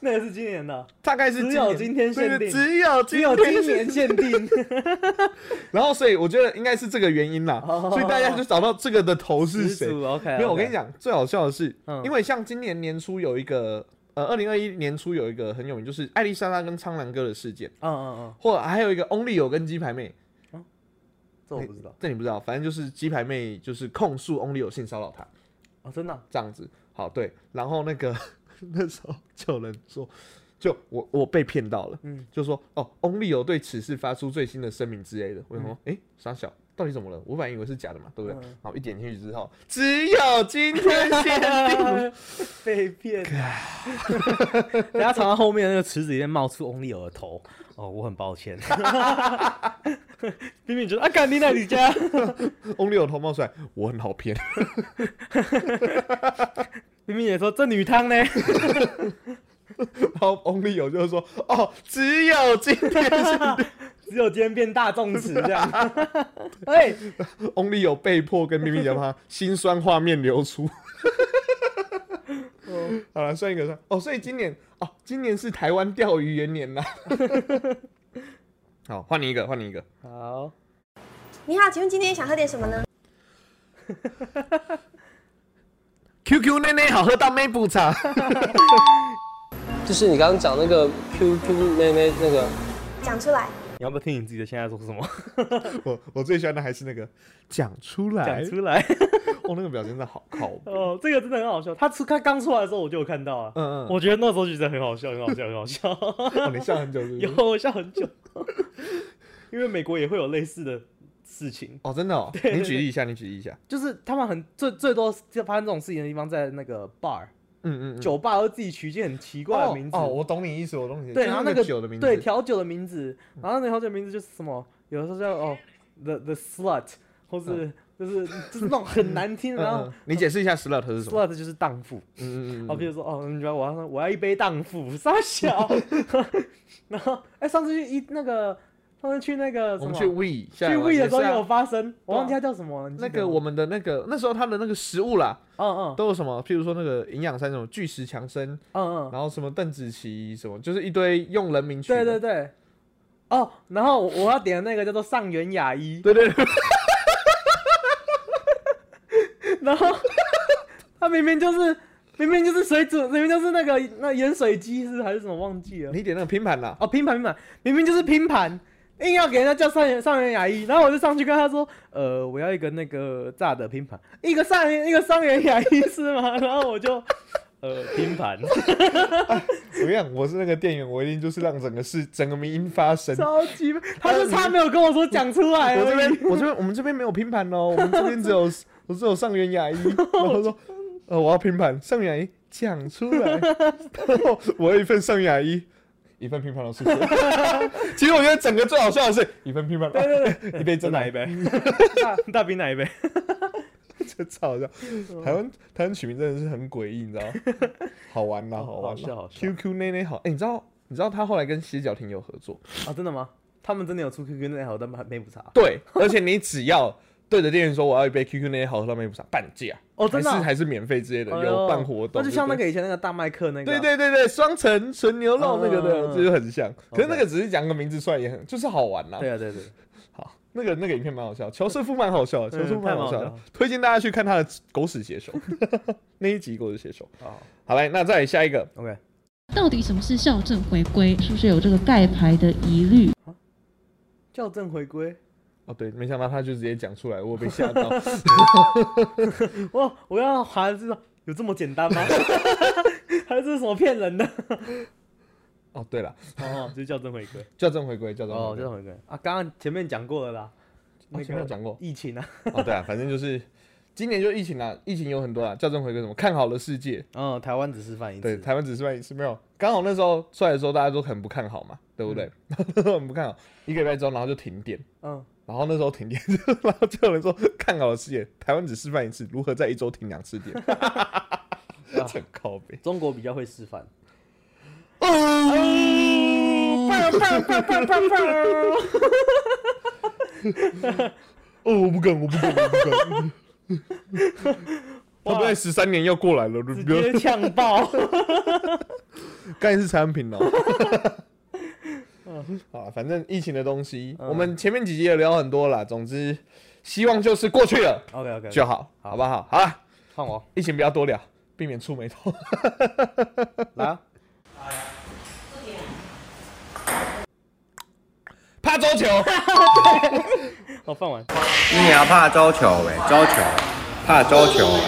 [SPEAKER 1] 那个是今年的，
[SPEAKER 2] 大概是
[SPEAKER 1] 只有
[SPEAKER 2] 年
[SPEAKER 1] 今天限定
[SPEAKER 2] 对只有
[SPEAKER 1] 只有
[SPEAKER 2] 今
[SPEAKER 1] 今
[SPEAKER 2] 限
[SPEAKER 1] 年限 定。
[SPEAKER 2] 然后，所以我觉得应该是这个原因啦，
[SPEAKER 1] 哦
[SPEAKER 2] 所以大家就找到这个的头是
[SPEAKER 1] 始
[SPEAKER 2] 谁。
[SPEAKER 1] 祖，OK。啊
[SPEAKER 2] 没有，我跟你，讲，最好笑的是，
[SPEAKER 1] 嗯
[SPEAKER 2] 因为像今年年初有一个，呃，二零二一年初有一个很有名，就是艾丽莎莎跟苍兰哥的事件，
[SPEAKER 1] 嗯嗯嗯，
[SPEAKER 2] 或者还有一个 Only 有跟鸡排妹，哎
[SPEAKER 1] 这我不知道。
[SPEAKER 2] 这你不知道，反正就是鸡排妹就是控诉 Only 有性骚扰她
[SPEAKER 1] 哦，真的啊，
[SPEAKER 2] 这样子。好，对，然后那个 那时候就有人说，就我我被骗到了，
[SPEAKER 1] 嗯
[SPEAKER 2] 就说哦，Only 有对此事发出最新的声明之类的。我想说，哎、傻小，到底怎么了？我本来以为是假的嘛，对不对？
[SPEAKER 1] 嗯
[SPEAKER 2] 好，一点进去之后，只有今天限定。
[SPEAKER 1] 被 骗。等下藏到后面那个池子里面冒出翁立友的头，哦，我很抱 歉。冰冰觉得啊，干你那你 家
[SPEAKER 2] Only 有头冒出来，我很好骗。
[SPEAKER 1] 冰冰也说这女汤呢，
[SPEAKER 2] 然后 Only 有就是说，哦，只有今天限定。
[SPEAKER 1] 只有今天变大众词这样。 哎、
[SPEAKER 2] Only 有被迫跟秘密 讲他心酸画面流出。好了，算一个算哦，所以今年哦，今年是台湾钓鱼元年呐。 好，换你一个，换你一个。
[SPEAKER 1] 好，
[SPEAKER 5] 你好，请问今天想喝点什么呢？
[SPEAKER 2] QQ 内内好喝到妹补茶。
[SPEAKER 6] 就是你刚刚讲那个 QQ 妹妹那个，
[SPEAKER 5] 讲出来。
[SPEAKER 1] 你要不要听你自己的现在说什么？
[SPEAKER 2] 我我最喜欢的还是那个讲出来，
[SPEAKER 1] 讲出来。
[SPEAKER 2] 哦，那个表情真的好靠谱。
[SPEAKER 1] 哦，这个真的很好笑。他出他刚出来的时候我就有看到啊，
[SPEAKER 2] 嗯嗯，
[SPEAKER 1] 我觉得那时候就觉得很好笑，很好笑，很好 笑。
[SPEAKER 2] 哦你笑很久是不是？
[SPEAKER 1] 有我笑很久， 因为美国也会有类似的事情，
[SPEAKER 2] 哦，真的 哦，你举例一下，你举例一下。
[SPEAKER 1] 就是他们很最最多发生这种事情的地方在那个 bar
[SPEAKER 2] 嗯嗯嗯，
[SPEAKER 1] 酒吧会自己取一些很奇怪的名字
[SPEAKER 2] 哦，哦我懂你意思，我懂你意思。
[SPEAKER 1] 对，
[SPEAKER 2] 就是
[SPEAKER 1] 然后
[SPEAKER 2] 那
[SPEAKER 1] 个
[SPEAKER 2] 酒的名字，嗯
[SPEAKER 1] 对调酒的名字，然后那个调酒名字就是什么，有的时候叫哦 the the slut，或是就是就是那种很难听，
[SPEAKER 2] 嗯
[SPEAKER 1] 然后
[SPEAKER 2] 嗯，你解释一下 slut 是什么？
[SPEAKER 1] slut 就是荡妇。
[SPEAKER 2] 嗯嗯嗯
[SPEAKER 1] 哦，比
[SPEAKER 2] 嗯，
[SPEAKER 1] 如说哦，你觉得我要我要一杯荡妇，傻 小。然后哎、上次去一那个，上次去那个什
[SPEAKER 2] 我
[SPEAKER 1] 么，
[SPEAKER 2] 们去 we 下来
[SPEAKER 1] 去
[SPEAKER 2] 玩
[SPEAKER 1] We
[SPEAKER 2] 也
[SPEAKER 1] 的时候
[SPEAKER 2] 是啊
[SPEAKER 1] 有发生，我忘记它叫什么了。你记
[SPEAKER 2] 那
[SPEAKER 1] 得
[SPEAKER 2] 个
[SPEAKER 1] 吗
[SPEAKER 2] 我们的那个那时候他的那个食物啦，
[SPEAKER 1] 嗯嗯
[SPEAKER 2] 都有什么？譬如说那个营养餐什么巨石强森，
[SPEAKER 1] 嗯嗯，
[SPEAKER 2] 然后什么邓紫棋什么，就是一堆用人名取
[SPEAKER 1] 对
[SPEAKER 2] 的。
[SPEAKER 1] 对对。哦，然后我我要点的那个叫做上元雅一，
[SPEAKER 2] 对对对，
[SPEAKER 1] 然后它明明就是明明就是水煮，明明就是那个那盐水鸡是不是还是什么忘记了？
[SPEAKER 2] 你点那个拼盘啦。
[SPEAKER 1] 哦，拼盘拼盘，明明就是拼盘，硬要给人家叫上元上元牙医，然后我就上去跟他说，呃，我要一个那个炸的拼盘，一个上元一个上元牙医是吗？ 然后我就，呃，拼盘，
[SPEAKER 2] 怎么样？我是那个店员，我一定就是让整个事整个民音发声。
[SPEAKER 1] 超级，他就差没有跟我说讲出来
[SPEAKER 2] 我这
[SPEAKER 1] 而已。
[SPEAKER 2] 哎边我这边我们这边没有拼盘 哦，我们这边只有我只有上元雅 一，然后说呃我要拼盘，上元雅一讲出 来，然后我要一份上元雅一。一份拼盘的数 学，其实我觉得 整个最好笑的是一份拼盘，对对对，一杯真奶一杯，
[SPEAKER 1] 大大冰奶一杯，
[SPEAKER 2] 就超好笑。台湾台湾取名真的是很诡异，你知 道？好玩啦，好玩
[SPEAKER 1] 好
[SPEAKER 2] 啊
[SPEAKER 1] 笑好
[SPEAKER 2] 啦。
[SPEAKER 1] 笑
[SPEAKER 2] QQ 内内好，哎、你知道你知道他后来跟歇脚亭有合作？
[SPEAKER 1] 啊，真的吗？他们真的有出 QQ 内好，但没没补查。
[SPEAKER 2] 对，而且你只要对着店员说我要一杯 QQ 内内好喝到面不上半价
[SPEAKER 1] 哦真的
[SPEAKER 2] 还
[SPEAKER 1] 哦
[SPEAKER 2] 是还是免费之类的，
[SPEAKER 1] 哎呦
[SPEAKER 2] 有办活动，
[SPEAKER 1] 那就像那
[SPEAKER 2] 对
[SPEAKER 1] 个以前那个大麦克那个，啊
[SPEAKER 2] 对对对对，双层纯牛肉那个
[SPEAKER 1] 嗯嗯
[SPEAKER 2] 的，
[SPEAKER 1] 嗯
[SPEAKER 2] 这就很像。可是那
[SPEAKER 1] OK
[SPEAKER 2] 个只是讲个名字出来也很，就是好玩啦。
[SPEAKER 1] 对啊对对，
[SPEAKER 2] 好，那个那个影片蛮好笑，乔瑟夫蛮好笑
[SPEAKER 1] 嗯
[SPEAKER 2] 的，乔瑟夫蛮好笑
[SPEAKER 1] 太蛮
[SPEAKER 2] 的
[SPEAKER 1] 好笑，
[SPEAKER 2] 推荐大家去看他的狗屎写手那一集狗屎写手。
[SPEAKER 1] 好
[SPEAKER 2] 好来，那再来下一个，
[SPEAKER 1] ，OK，
[SPEAKER 7] 到底什么是校正回归？是不是有这个盖牌的疑虑？
[SPEAKER 1] 校正回归。
[SPEAKER 2] 哦对，没想到他就直接讲出来，我有被吓到。
[SPEAKER 1] 哇，哦我要孩子有这么简单 吗？还是什么骗人的？
[SPEAKER 2] 哦对了，
[SPEAKER 1] 哦，就是校正回归。
[SPEAKER 2] 校正回归，校正
[SPEAKER 1] 哦，
[SPEAKER 2] 回
[SPEAKER 1] 校
[SPEAKER 2] 归
[SPEAKER 1] 正。回归啊，刚刚前面讲过了啦。那个
[SPEAKER 2] 前面有讲过
[SPEAKER 1] 疫情啊，
[SPEAKER 2] 哦对啊，反正就是今年就疫情啦，疫情有很多啦，校正回归什么看好了世界，
[SPEAKER 1] 嗯，台湾只示范一
[SPEAKER 2] 对，
[SPEAKER 1] 次，
[SPEAKER 2] 台湾只是卖一次没有。刚好那时候出来的时候，大家都很不看好嘛，对不对？ 很不看好，一个礼拜之后，然后就停电，
[SPEAKER 1] 嗯，
[SPEAKER 2] 然后那时候停电，然后就有人说看好了世界，台湾只示范一次，如何在一周停两次 电，很靠 背。
[SPEAKER 1] 中国比较会示 范。
[SPEAKER 2] 哦，哦我不敢，我不敢，我不敢。 他不在十三年要过来了，
[SPEAKER 1] 直
[SPEAKER 2] 不要
[SPEAKER 1] 接呛 爆。
[SPEAKER 2] 刚才是产品哦。 啊，反正疫情的东西，
[SPEAKER 1] 嗯
[SPEAKER 2] 我们前面几集也聊很多啦。总之，希望就是过去了
[SPEAKER 1] OK OK，
[SPEAKER 2] 就好，好不好？好了，
[SPEAKER 1] 换我
[SPEAKER 2] 疫情不要多聊，避免触眉头。
[SPEAKER 1] 来啊，
[SPEAKER 2] 怕桌球，
[SPEAKER 1] 我哦放完。
[SPEAKER 8] 你也怕桌球诶，桌球，怕桌球啊。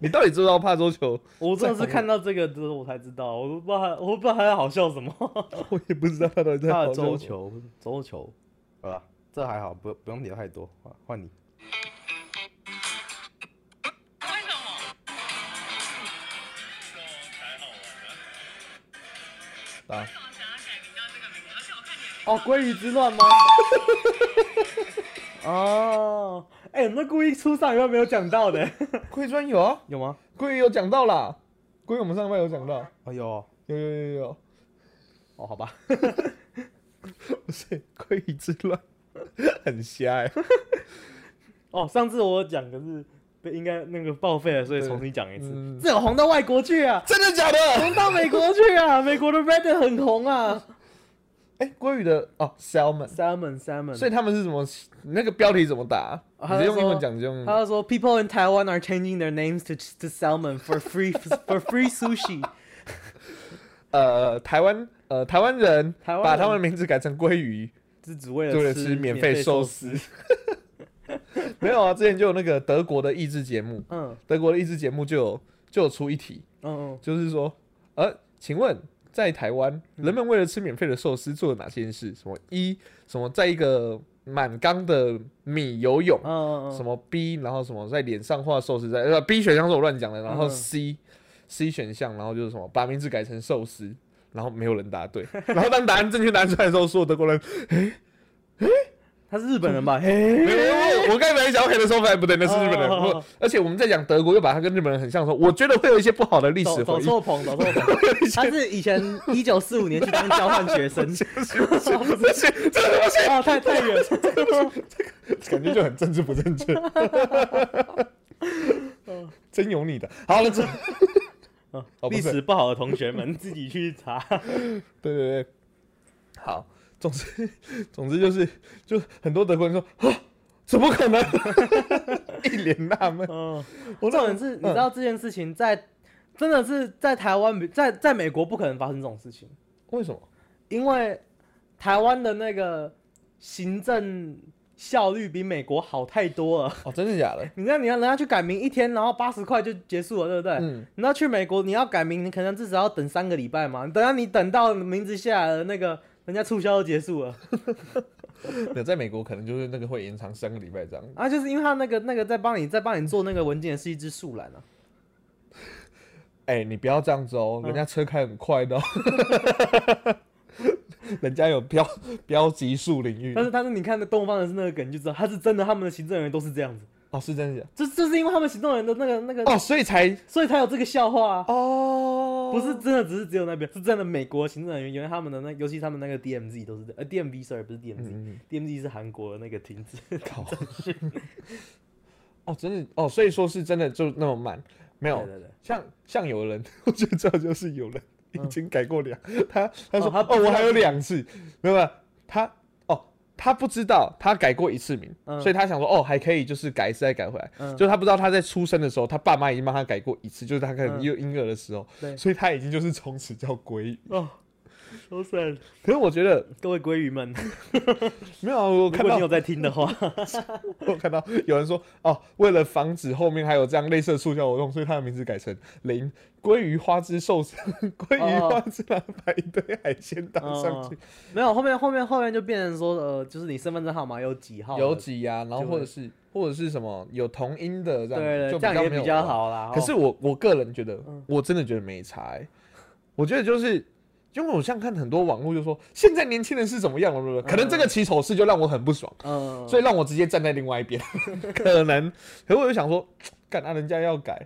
[SPEAKER 2] 你到底知不知道怕桌球？
[SPEAKER 1] 我真的是看到这个之后我才知道，我都不知道他，我都不知道他在好笑什么。
[SPEAKER 2] 我也不知道他到底 在
[SPEAKER 1] 他
[SPEAKER 2] 跑
[SPEAKER 1] 的
[SPEAKER 2] 桌
[SPEAKER 1] 周
[SPEAKER 2] 球。
[SPEAKER 1] 球，周球，好吧，这还好，不不用聊太多，换换你。
[SPEAKER 2] 啊
[SPEAKER 1] 哦，鲑鱼之乱吗？ 哦，哎、我们故意出上一半没有讲到的，
[SPEAKER 2] 贵专有啊，
[SPEAKER 1] 有吗？
[SPEAKER 2] 贵有讲到啦，贵我们上班有讲到，
[SPEAKER 1] 哦有哦，
[SPEAKER 2] 有有有有有，
[SPEAKER 1] 哦好吧，
[SPEAKER 2] 不是贵以之乱，很瞎哎、
[SPEAKER 1] 哦上次我有讲可是被应该那个报废了，所以
[SPEAKER 2] 对
[SPEAKER 1] 重新讲一次。
[SPEAKER 2] 嗯
[SPEAKER 1] 这有红到外国去啊，
[SPEAKER 2] 真的假的？
[SPEAKER 1] 红到美国去 啊，美国的 Reddit 很红啊
[SPEAKER 2] 哎、鲑鱼的哦，salmon，
[SPEAKER 1] ，Salmon Salmon，
[SPEAKER 2] 所以他们是怎么那个标题怎么打？
[SPEAKER 1] 哦
[SPEAKER 2] 你
[SPEAKER 1] 他
[SPEAKER 2] 直接
[SPEAKER 1] 就
[SPEAKER 2] 用英文
[SPEAKER 1] 说
[SPEAKER 2] 讲，直接用英
[SPEAKER 1] 他
[SPEAKER 2] 文。
[SPEAKER 1] 就说，People in Taiwan are changing their names to to salmon for free for free sushi。
[SPEAKER 2] 呃，台湾呃台湾人
[SPEAKER 1] 台湾
[SPEAKER 2] 把
[SPEAKER 1] 人
[SPEAKER 2] 他们的名字改成鲑鱼，
[SPEAKER 1] 是只为了
[SPEAKER 2] 就为了
[SPEAKER 1] 吃
[SPEAKER 2] 吃免
[SPEAKER 1] 费
[SPEAKER 2] 费寿司。没有啊，之前就有那个德国的益智节目，
[SPEAKER 1] 嗯
[SPEAKER 2] 德国的益智节目就有就有出一题，
[SPEAKER 1] 嗯
[SPEAKER 2] 就是说，呃，请问在台湾，
[SPEAKER 1] 嗯
[SPEAKER 2] 人们为了吃免费的寿司做了哪些事？什么一什么在一个满缸的米游泳，
[SPEAKER 1] 嗯嗯
[SPEAKER 2] 什
[SPEAKER 1] 嗯，
[SPEAKER 2] 么 B，然后什么在脸上画寿司在呃 B 选项是我乱讲的，然后
[SPEAKER 1] 嗯
[SPEAKER 2] C、C 选项，然后就是什么把名字改成寿司，然后没有人答对， 然后当答案正确答案出来的时候，所有 德国人，
[SPEAKER 1] 他是日本
[SPEAKER 2] 嗯
[SPEAKER 1] 人吧？嘿，
[SPEAKER 2] 没有我我刚才本来想要黑的时候，发现不对，那是日本人。
[SPEAKER 1] 哦
[SPEAKER 2] 我而且我们在讲德国，又把它跟日本人很像的时候，我觉得会有一些不好的历史
[SPEAKER 1] 走走
[SPEAKER 2] 回忆。
[SPEAKER 1] 错棚，哦走错 棚。他是以前一九四五年去当交换学 生。
[SPEAKER 2] 这些这个东 西
[SPEAKER 1] 哦，太太远了。
[SPEAKER 2] 感觉就很政治不 正确。
[SPEAKER 1] 嗯
[SPEAKER 2] 真有你的，好了，这 哦不
[SPEAKER 1] 历
[SPEAKER 2] 是
[SPEAKER 1] 史不好的同学们自己去查。
[SPEAKER 2] 对对对，好，总之 总之就是就很多德国人说啊，怎么可能？ 一脸纳闷。
[SPEAKER 1] 嗯，
[SPEAKER 2] 我
[SPEAKER 1] 重点是，你知道这件事情在真的是在台湾，在在美国不可能发生这种事情，
[SPEAKER 2] 为什么？
[SPEAKER 1] 因为台湾的那个行政效率比美国好太多了。
[SPEAKER 2] 哦，真的假的？
[SPEAKER 1] 你看，你看人家去改名一天，然后八十块就结束了，对不对？
[SPEAKER 2] 嗯
[SPEAKER 1] 你要去美国，你要改名，你可能至少要等三个礼拜嘛。等到你等到名字下来了，那个人家促销就结束了。
[SPEAKER 2] 没有，在美国可能就是那个会延长三个礼拜这样。
[SPEAKER 1] 啊，就是因为他那个那个在帮你在帮你做那个文件的是一只树懒啊。
[SPEAKER 2] 哎、你不要这样子哦，人家车开很快的、哦。 人家有标标级数领域
[SPEAKER 1] 但是但是你看那东方人是那个梗，你就知道他是真的，他们的行政人员都是这样子。
[SPEAKER 2] 哦，是真的
[SPEAKER 1] 这这是因为他们行政人员的那个那个，
[SPEAKER 2] 哦，所以才
[SPEAKER 1] 所以才有这个笑话啊。
[SPEAKER 2] 哦，
[SPEAKER 1] 不是真的，只是只有那边是真的。美国行政人员原来他们的那，尤其他们那个 DMZ 都是这呃 DMV sorry 不是 DMZ，DMZ、DMZ 是韩国的那个停止。
[SPEAKER 2] 靠， 哦，真的哦，所以说是真的就那么慢，没有
[SPEAKER 1] 对对对嗯
[SPEAKER 2] 像像有人， 我就知道就是有人已经改过两，他他说
[SPEAKER 1] 哦他
[SPEAKER 2] 哦
[SPEAKER 1] 不知道
[SPEAKER 2] 我还有两次，没有没有他哦他不知道他改过一次名，
[SPEAKER 1] 嗯
[SPEAKER 2] 所以他想说哦还可以就是改一次再改回来，
[SPEAKER 1] 嗯
[SPEAKER 2] 就是他不知道他在出生的时候他爸妈已经帮他改过一次，就是他可能
[SPEAKER 1] 嗯
[SPEAKER 2] 有婴儿的时候，
[SPEAKER 1] 对
[SPEAKER 2] 所以他已经就是从此叫鲑鱼。
[SPEAKER 1] 哦，都是
[SPEAKER 2] 可是我觉得
[SPEAKER 1] 各位鲑鱼们，
[SPEAKER 2] 没有啊，我
[SPEAKER 1] 如
[SPEAKER 2] 看
[SPEAKER 1] 果
[SPEAKER 2] 到
[SPEAKER 1] 你有在听的话，
[SPEAKER 2] 我看到有人说哦，为了防止后面还有这样类似的促销活动，所以他的名字改成林鲑鱼花枝寿司，鲑鱼花枝然后把一堆海鲜打上去，
[SPEAKER 1] 没有后面后面后面就变成说呃，就是你身份证号码有几号，
[SPEAKER 2] 有几呀、然后
[SPEAKER 1] 嗯就
[SPEAKER 2] 或者是或者是什么有同音的这样，
[SPEAKER 1] 对
[SPEAKER 2] 就
[SPEAKER 1] 对，这样也
[SPEAKER 2] 没有
[SPEAKER 1] 比较
[SPEAKER 2] 了。
[SPEAKER 1] 好嗯啦。
[SPEAKER 2] 可是
[SPEAKER 1] 哦
[SPEAKER 2] 我我个人觉得，我真的觉得没差、欸，我觉得就是。因为我像看很多网络就说现在年轻人是怎么样了，不不可能这个起手式就让我很不爽，
[SPEAKER 1] 嗯，
[SPEAKER 2] 所以让我直接站在另外一边， 可能。可是我就想说，干啊，人家要改，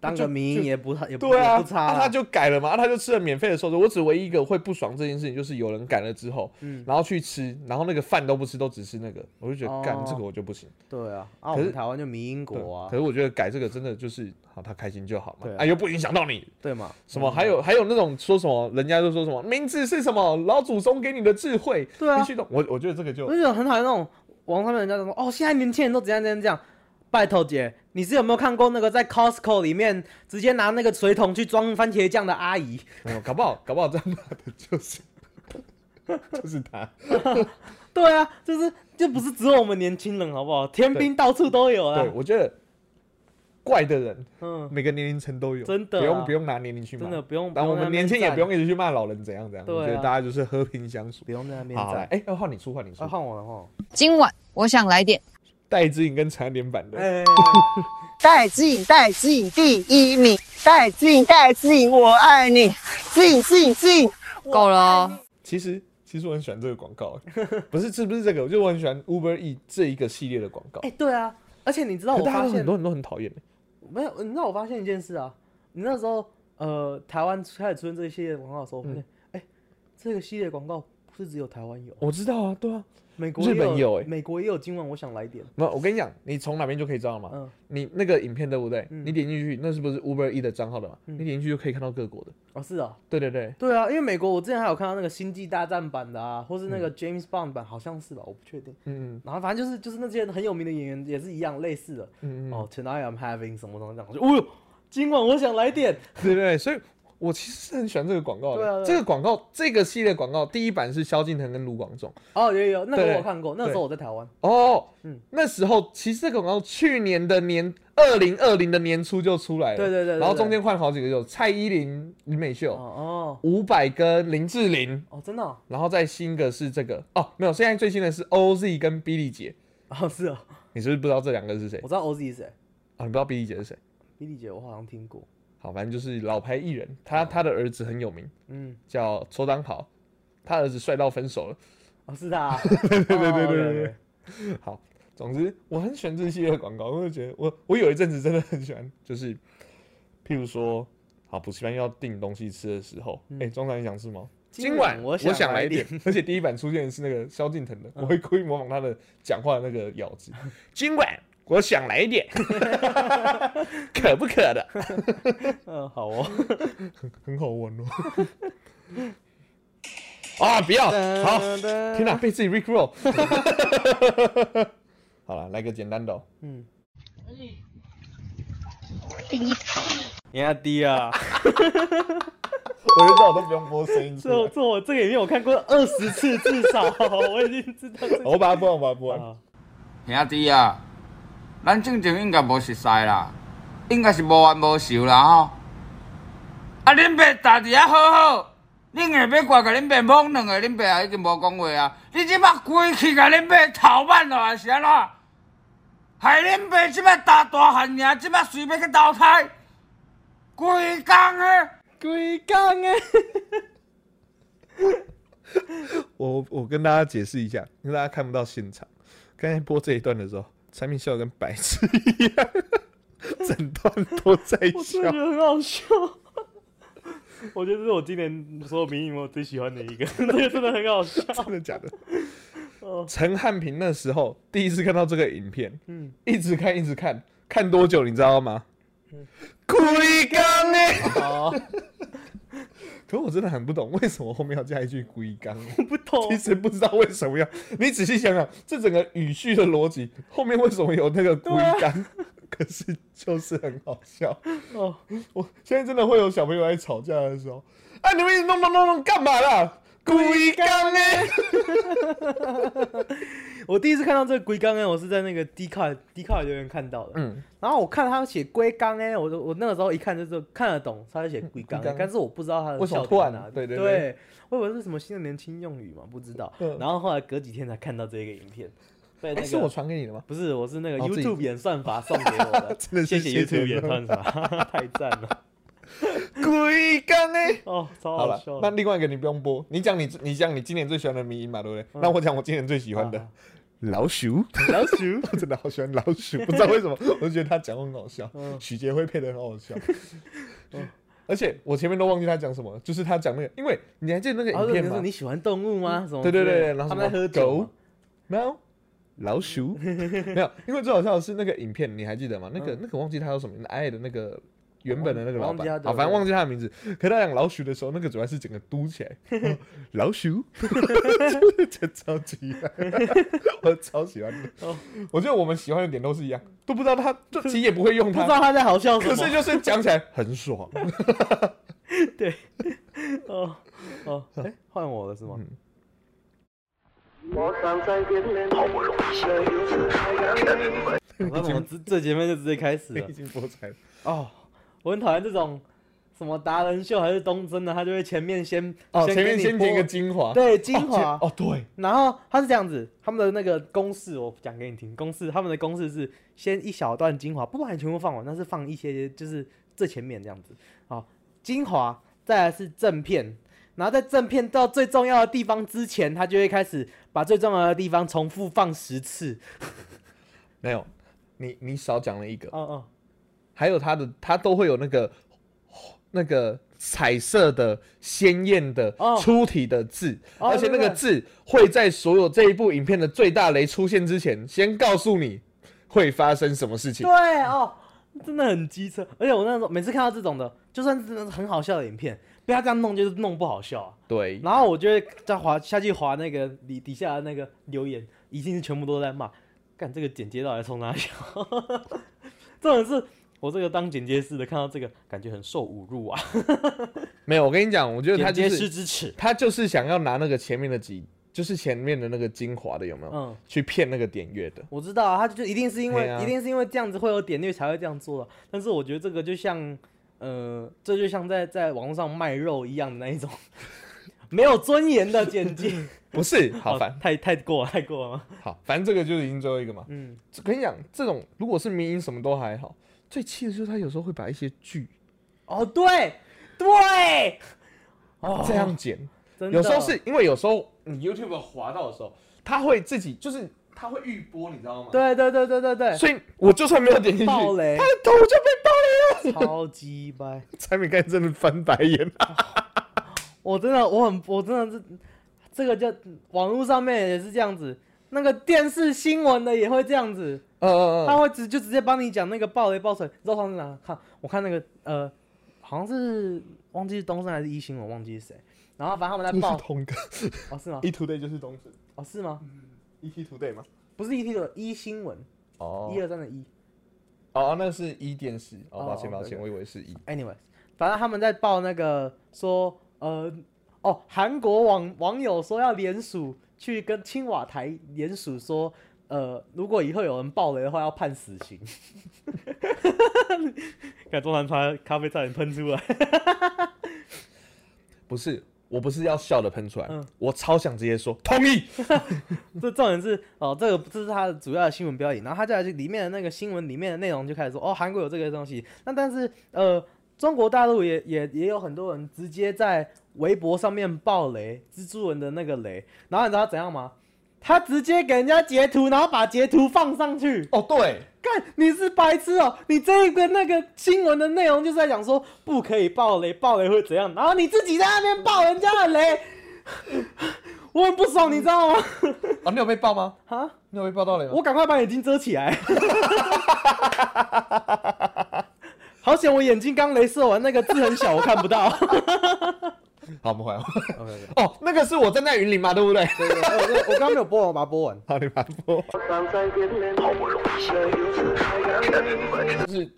[SPEAKER 1] 当
[SPEAKER 2] 就
[SPEAKER 1] 个民
[SPEAKER 2] 就
[SPEAKER 1] 营也不也不
[SPEAKER 2] 对啊，
[SPEAKER 1] 也不差
[SPEAKER 2] 那
[SPEAKER 1] 啦，
[SPEAKER 2] 他就改了嘛，那啊他就吃了免费的寿司。我只唯一一个会不爽这件事情，就是有人改了之后，然后去吃，然后那个饭都不吃，都只吃那个，我就觉得
[SPEAKER 1] 嗯哦
[SPEAKER 2] 干、这个我就不行。
[SPEAKER 1] 对啊，啊，
[SPEAKER 2] 可
[SPEAKER 1] 我
[SPEAKER 2] 是
[SPEAKER 1] 们台湾就民英
[SPEAKER 2] 对
[SPEAKER 1] 国啊
[SPEAKER 2] 可，是我觉得改这个真的就是好，他开心就好嘛，
[SPEAKER 1] 对啊嗯
[SPEAKER 2] 啊又不影响到你。
[SPEAKER 1] 对嘛？
[SPEAKER 2] 什么？还有还有那种说什么，人家就说什么名字是什么老祖宗给你的智慧，
[SPEAKER 1] 对啊
[SPEAKER 2] 必须懂。我我觉得这个就
[SPEAKER 1] 我就觉得很讨厌那种网上面人家说哦，现在年轻人都怎样怎样这样。拜托姐，你是有没有看过那个在 Costco 里面直接拿那个水桶去装番茄酱的阿姨？
[SPEAKER 2] 没有，搞不好搞不好这样骂的就是 就是
[SPEAKER 1] 啊
[SPEAKER 2] 他。
[SPEAKER 1] 对啊，就是就不是只有我们年轻人好不好？天兵到处都有啊
[SPEAKER 2] 对，。我觉得怪的人
[SPEAKER 1] 嗯，
[SPEAKER 2] 每个年龄层都有，
[SPEAKER 1] 真的啊
[SPEAKER 2] 不用不用拿年龄去骂，
[SPEAKER 1] 真的不用
[SPEAKER 2] 然后我
[SPEAKER 1] 不用在那
[SPEAKER 2] 们
[SPEAKER 1] 边
[SPEAKER 2] 年轻也
[SPEAKER 1] 站
[SPEAKER 2] 不用一直去骂老人怎样怎样，
[SPEAKER 1] 对
[SPEAKER 2] 我觉得
[SPEAKER 1] 啊
[SPEAKER 2] 大家就是和平相处
[SPEAKER 1] 不。用在那边
[SPEAKER 2] 好，来
[SPEAKER 1] 站。
[SPEAKER 2] 哎，要换你出，换你出
[SPEAKER 1] 啊，，换我了哈。
[SPEAKER 9] 今晚我想来点
[SPEAKER 2] 戴之颖跟陈安联版的，
[SPEAKER 1] 哎，
[SPEAKER 9] 戴志颖，戴志颖第一名，戴志颖，戴志颖，我爱你，志颖，志颖，志颖，够了哦。
[SPEAKER 2] 其实。其实我很喜欢这个广告， 不是是不是这个，我就我很喜欢 Uber E 这一个系列的广告。
[SPEAKER 1] 哎，对啊，而且你知道
[SPEAKER 2] 可
[SPEAKER 1] 我
[SPEAKER 2] 大家
[SPEAKER 1] 发
[SPEAKER 2] 都
[SPEAKER 1] 现
[SPEAKER 2] 很多人都很讨厌的，
[SPEAKER 1] 没有，你知道我发现一件事啊，你那时候呃，台湾开始出现这一系列广告的时候，我发
[SPEAKER 2] 嗯
[SPEAKER 1] 现，哎、这个系列广告不是只有台湾有，
[SPEAKER 2] 我知道啊，对啊。
[SPEAKER 1] 美国
[SPEAKER 2] 日
[SPEAKER 1] 也
[SPEAKER 2] 本有哎
[SPEAKER 1] 美国也有欸今晚我想来点，
[SPEAKER 2] 那我跟你讲，你从哪边就可以知道了嘛。
[SPEAKER 1] 嗯
[SPEAKER 2] 你那个影片对不对？你点进去，那是不是 Uber E 的账号的嘛？
[SPEAKER 1] 嗯
[SPEAKER 2] 你点进去就可以看到各国的。
[SPEAKER 1] 哦是啊，
[SPEAKER 2] 对对对，
[SPEAKER 1] 对啊，因为美国我之前还有看到那个星际大战版的啊，或是那个 James Bond 版，好像是吧，我不确定。
[SPEAKER 2] 嗯嗯。
[SPEAKER 1] 然后反正就是就是那些很有名的演员也是一样类似的，嗯哦，Tonight I'm having 什么什么这样，我就哦呦，今晚我想来点，
[SPEAKER 2] 对对，对所以我其实是很喜欢这个广告的。
[SPEAKER 1] 对啊对啊
[SPEAKER 2] 这个广告，这个系列广告，第一版是萧敬腾跟卢广仲。
[SPEAKER 1] 哦有有有，那个
[SPEAKER 2] 对
[SPEAKER 1] 我有看过，那时候我在台湾，
[SPEAKER 2] 哦，
[SPEAKER 1] 嗯
[SPEAKER 2] 那时候其实这个广告去年的年二零二零的年初就出来了。
[SPEAKER 1] 对对对对对
[SPEAKER 2] 然后中间换好几个，有蔡依林、李美
[SPEAKER 1] 哦
[SPEAKER 2] 秀、
[SPEAKER 1] 哦
[SPEAKER 2] 伍佰跟林志玲，
[SPEAKER 1] 哦真的哦，
[SPEAKER 2] 然后再新的是这个哦，没有，现在最新的是 OZ 跟 Billy 姐。
[SPEAKER 1] 哦是啊，
[SPEAKER 2] 你是不是不知道这两个是谁
[SPEAKER 1] 我？知道 OZ 是谁。
[SPEAKER 2] 啊，你不知道 Billy 姐是谁？
[SPEAKER 1] 比利姐我好像听过，
[SPEAKER 2] 好，反正就是老牌艺人，他
[SPEAKER 1] 哦
[SPEAKER 2] 他的儿子很有名，
[SPEAKER 1] 嗯，
[SPEAKER 2] 叫邱当豪，他儿子帅到分手了。
[SPEAKER 1] 哦是他啊， 对对
[SPEAKER 2] 对对对对好，总之我很喜欢这系列的广告，我就觉得我我有一阵子真的很喜欢，就是譬如说，好补习班要订东西吃的时候，哎、中场你想吃吗？
[SPEAKER 1] 今
[SPEAKER 2] 今晚
[SPEAKER 1] 晚
[SPEAKER 2] 我
[SPEAKER 1] 我想
[SPEAKER 2] 想
[SPEAKER 1] 来
[SPEAKER 2] 一点， 而且第一版出现的是那个萧敬腾的，我会故意模仿他的讲话的那个咬字。 今晚我想来一点， 渴不渴的？
[SPEAKER 1] 嗯好哦，
[SPEAKER 2] 很好玩哦。 啊，不要，好，天哪，被自己 Rickroll。好了，来个简单的、哦。
[SPEAKER 1] 你阿弟啊，
[SPEAKER 2] 我就知道我都不用播声音出
[SPEAKER 1] 这
[SPEAKER 2] 来。
[SPEAKER 1] 这我这个影片我看过二十次至少，我已经知道这个
[SPEAKER 2] 哦我把它播完，我把它播完。
[SPEAKER 1] 啊，
[SPEAKER 8] 兄弟啊，咱正经应该无熟识啦，应该是无冤无仇啦吼。啊，恁爸家己啊好好，恁下要怪甲恁爸懵两个，恁爸也已经无讲话啊。你即摆规气甲恁爸头挽落来是安怎？害恁爸即摆大大汉尔，即摆随便去投胎，啊规工诶。
[SPEAKER 1] 鬼讲哎，
[SPEAKER 2] 我我跟大家解释一下，因为大家看不到现场。刚才播这一段的时候，产品笑得跟白痴一样，整段都在
[SPEAKER 1] 真的
[SPEAKER 2] 笑
[SPEAKER 1] 觉。得很好笑。 我觉得这是我今年所有迷影我最喜欢的一个，这个真的很好笑。
[SPEAKER 2] 真的 哦假的？陈汉平那时候第一次看到这个影片，嗯，一直看一直看，看多久你知道吗？苦力刚哎， 可我真的很不懂为什么后面要加一句“龟刚”，
[SPEAKER 1] 我不懂
[SPEAKER 2] 其，实不知道为什么要。你仔细想想，这整个语序的逻辑后面为什么有那个“龟刚”？可是就是很好笑
[SPEAKER 1] 哦。
[SPEAKER 2] 我现在真的会有小朋友在吵架的时候，啊，你们一直弄弄弄弄干嘛啦？故意干呢？
[SPEAKER 1] 我第一次看到这个龟缸欸呢，我是在那个 D 卡 D 卡留言看到的。
[SPEAKER 2] 嗯，
[SPEAKER 1] 然后我看他写龟缸哎，我就我那个时候一看就是看得懂，他在写龟缸欸
[SPEAKER 2] 嗯龟，缸
[SPEAKER 1] 但是我不知道他的
[SPEAKER 2] 为什么
[SPEAKER 1] 笑点
[SPEAKER 2] 突然
[SPEAKER 1] 哪里
[SPEAKER 2] 对
[SPEAKER 1] 对
[SPEAKER 2] 对对
[SPEAKER 1] 我以为是什么新的年轻用语嘛，不知道
[SPEAKER 2] 嗯。
[SPEAKER 1] 然后后来隔几天才看到这个影片，被那
[SPEAKER 2] 哎，是我
[SPEAKER 1] 个
[SPEAKER 2] 传给你的吗？
[SPEAKER 1] 不是我是那个
[SPEAKER 2] 哦自己
[SPEAKER 1] YouTube 演算法送给我
[SPEAKER 2] 真的
[SPEAKER 1] 谢谢
[SPEAKER 2] 是谢谢
[SPEAKER 1] YouTube 演算法， 太赞了
[SPEAKER 2] 故意干呢？
[SPEAKER 1] 哦，超
[SPEAKER 2] 好
[SPEAKER 1] 好
[SPEAKER 2] 了
[SPEAKER 1] 笑，的。
[SPEAKER 2] 那另外一个你不用播，你讲你你讲你今年最喜欢的迷音嘛，对不对？那我讲我今年最喜欢的
[SPEAKER 1] 好
[SPEAKER 2] 老鼠，
[SPEAKER 1] 嗯啊老鼠
[SPEAKER 2] 我真的好喜欢老鼠，不知道 为什么，我就觉得他讲话很好笑，
[SPEAKER 1] 嗯
[SPEAKER 2] 许杰辉配的很好笑。而且我前面都忘记他讲什么了，就是他讲那个，因为你还记得那个
[SPEAKER 1] 然后啊
[SPEAKER 2] 影
[SPEAKER 1] 你
[SPEAKER 2] 片
[SPEAKER 1] 说
[SPEAKER 2] 吗
[SPEAKER 1] 你？喜欢动物吗？什么
[SPEAKER 2] 对对
[SPEAKER 1] 之类
[SPEAKER 2] 对
[SPEAKER 1] 的
[SPEAKER 2] 对，然
[SPEAKER 1] 他
[SPEAKER 2] 后什
[SPEAKER 1] 们在喝
[SPEAKER 2] 么
[SPEAKER 1] 酒
[SPEAKER 2] 狗
[SPEAKER 1] 嘛，、
[SPEAKER 2] 猫、老鼠， 没有，因为最好笑的是那个影片，你还记得吗？那个那个忘记他叫什么名字，矮的那个原本的那个老
[SPEAKER 1] 嗯忘记他
[SPEAKER 2] 板，
[SPEAKER 1] 的
[SPEAKER 2] 好，反正忘记他的名字。可他讲老鼠的时候，那个主要是整个嘟 起来，老鼠，这超级，我超喜欢的。
[SPEAKER 1] 哦
[SPEAKER 2] 我觉得我们喜欢的点都是一样，都不知道他，就其实也不会用
[SPEAKER 1] 不知道
[SPEAKER 2] 它，
[SPEAKER 1] 他在好笑什
[SPEAKER 2] 可
[SPEAKER 1] 么。
[SPEAKER 2] 是就是讲起来很爽。
[SPEAKER 1] 对， 哦哦，哎、换我了是吗？
[SPEAKER 2] 嗯
[SPEAKER 1] 好不容易，我们 这这节目就直接开始了
[SPEAKER 2] 已经播出来了，
[SPEAKER 1] 哦。我很讨厌这种什么达人秀还是东征的，他就会前面先
[SPEAKER 2] 哦，前面
[SPEAKER 1] 给你
[SPEAKER 2] 先剪一
[SPEAKER 1] 播
[SPEAKER 2] 个精华，哦，
[SPEAKER 1] 对精
[SPEAKER 2] 前
[SPEAKER 1] 华
[SPEAKER 2] 哦，对，
[SPEAKER 1] 然后他是这样子，他们的那个公式哦我讲给你听，公式他们的公式是先一小段精华，不把你全部放完，但是放一些就是最前面这样子。好，精华，再来是正片，然后在正片到最重要的地方之前，他就会开始把最重要的地方重复放十次。
[SPEAKER 2] 没有，你你少讲了一个。
[SPEAKER 1] 哦哦，
[SPEAKER 2] 还有它的，它都会有那个那个彩色的、鲜艳的、
[SPEAKER 1] 哦
[SPEAKER 2] 粗体的字，
[SPEAKER 1] 哦
[SPEAKER 2] 而且那个字会在所有这一部影片的最大雷出现之前，先告诉你会发生什么事情。
[SPEAKER 1] 对哦，真的很机车。而且我那时候每次看到这种的，就算是很好笑的影片，被他这样弄就是弄不好笑啊。
[SPEAKER 2] 对，
[SPEAKER 1] 然后我就会再滑下去滑那个底底下的那个留言，一定是全部都在骂，干这个剪接到底从哪里？ 重点是我这个当剪接师的看到这个，感觉很受侮辱啊！
[SPEAKER 2] 没有，我跟你讲，我觉得他
[SPEAKER 1] 剪接
[SPEAKER 2] 就
[SPEAKER 1] 师
[SPEAKER 2] 是
[SPEAKER 1] 之耻，
[SPEAKER 2] 他就是想要拿那个前面的几，就是前面的那个精华的有没有？
[SPEAKER 1] 嗯
[SPEAKER 2] 去骗那个点阅的。
[SPEAKER 1] 我知道、啊，他就一定是因
[SPEAKER 2] 嘿
[SPEAKER 1] 为、
[SPEAKER 2] 啊
[SPEAKER 1] 一定是因为这样子会有点阅才会这样做的、但是我觉得这个就像，呃，这就像在在网络上卖肉一样的那一种 没有尊严的剪辑，哦
[SPEAKER 2] 不是，好烦，
[SPEAKER 1] 太太过了，太过了吗。
[SPEAKER 2] 好，反正这个就是已经最后一个嘛。
[SPEAKER 1] 嗯，
[SPEAKER 2] 这跟你讲，这种如果是民音什么都还好，最气的就是他有时候会把一些剧
[SPEAKER 1] 哦，对对，
[SPEAKER 2] 这样剪，
[SPEAKER 1] 哦真的哦
[SPEAKER 2] 有时候是因为有时候你 YouTube 滑到的时候，它会自己就是它会预播，你知道吗？。
[SPEAKER 1] 对对对对对对，
[SPEAKER 2] 所以我就算没有点进去，
[SPEAKER 1] 爆雷
[SPEAKER 2] 他的头就被爆雷了。
[SPEAKER 1] 超鸡掰！
[SPEAKER 2] 产品干真的翻白 眼了。
[SPEAKER 1] 我真的，我很，我真的是，这个叫网络上面也是这样子，那个电视新闻的也会这样子，
[SPEAKER 2] 呃呃
[SPEAKER 1] 他会直就直接帮你讲那个暴雷暴水。你知道上次哪看？我看那个呃，好像是忘记是东森还是一 E 新闻，忘记是谁。然后反正他们在
[SPEAKER 2] 不是
[SPEAKER 1] 报，
[SPEAKER 2] 同个
[SPEAKER 1] 哦是吗？
[SPEAKER 2] ，E Today 就是东森
[SPEAKER 1] 哦是吗？
[SPEAKER 2] ，E T Today 吗？
[SPEAKER 1] 不是一听的一新闻，
[SPEAKER 2] 哦
[SPEAKER 1] 一二三的 E 一。
[SPEAKER 2] 哦，那是一电视。哦，
[SPEAKER 1] 哦
[SPEAKER 2] 抱歉
[SPEAKER 1] 哦
[SPEAKER 2] 抱
[SPEAKER 1] 对
[SPEAKER 2] 歉，
[SPEAKER 1] 对
[SPEAKER 2] 我以为是一。
[SPEAKER 1] Anyway，反正他们在报那个说，呃，哦，韩国网网友说要联署去跟青瓦台联署说，呃，如果以后有人爆雷的话，要判死刑。 看中南茶咖啡差点喷出来。
[SPEAKER 2] 不是，我不是要笑的喷出来
[SPEAKER 1] 嗯，
[SPEAKER 2] 我超想直接说同意。
[SPEAKER 1] 这重点是哦，这个这是他的主要的新闻标题，然后他就来去里面的那个新闻里面的内容就开始说，哦，韩国有这个东西，那但是呃。中国大陆也也也有很多人直接在微博上面爆雷，蜘蛛人的那个雷，然后你知道他怎样吗？他直接给人家截图，然后把截图放上去。
[SPEAKER 2] 哦，对，
[SPEAKER 1] 干，你是白痴哦、你这个那个新闻的内容就是在讲说不可以爆雷，爆雷会怎样，然后你自己在那边爆人家的雷， 我很不爽，你知道吗？
[SPEAKER 2] 啊，你有被爆吗？
[SPEAKER 1] 啊，
[SPEAKER 2] 你有被爆到雷吗？
[SPEAKER 1] 我赶快把眼睛遮起来。好险，我眼睛刚镭射完，那个字很小，我看不到。
[SPEAKER 2] 好，我们回来。哦，那个是我站在云林嘛，对不对？
[SPEAKER 1] 我刚刚没有播完，我把它播完。
[SPEAKER 2] 好，你把它播。就是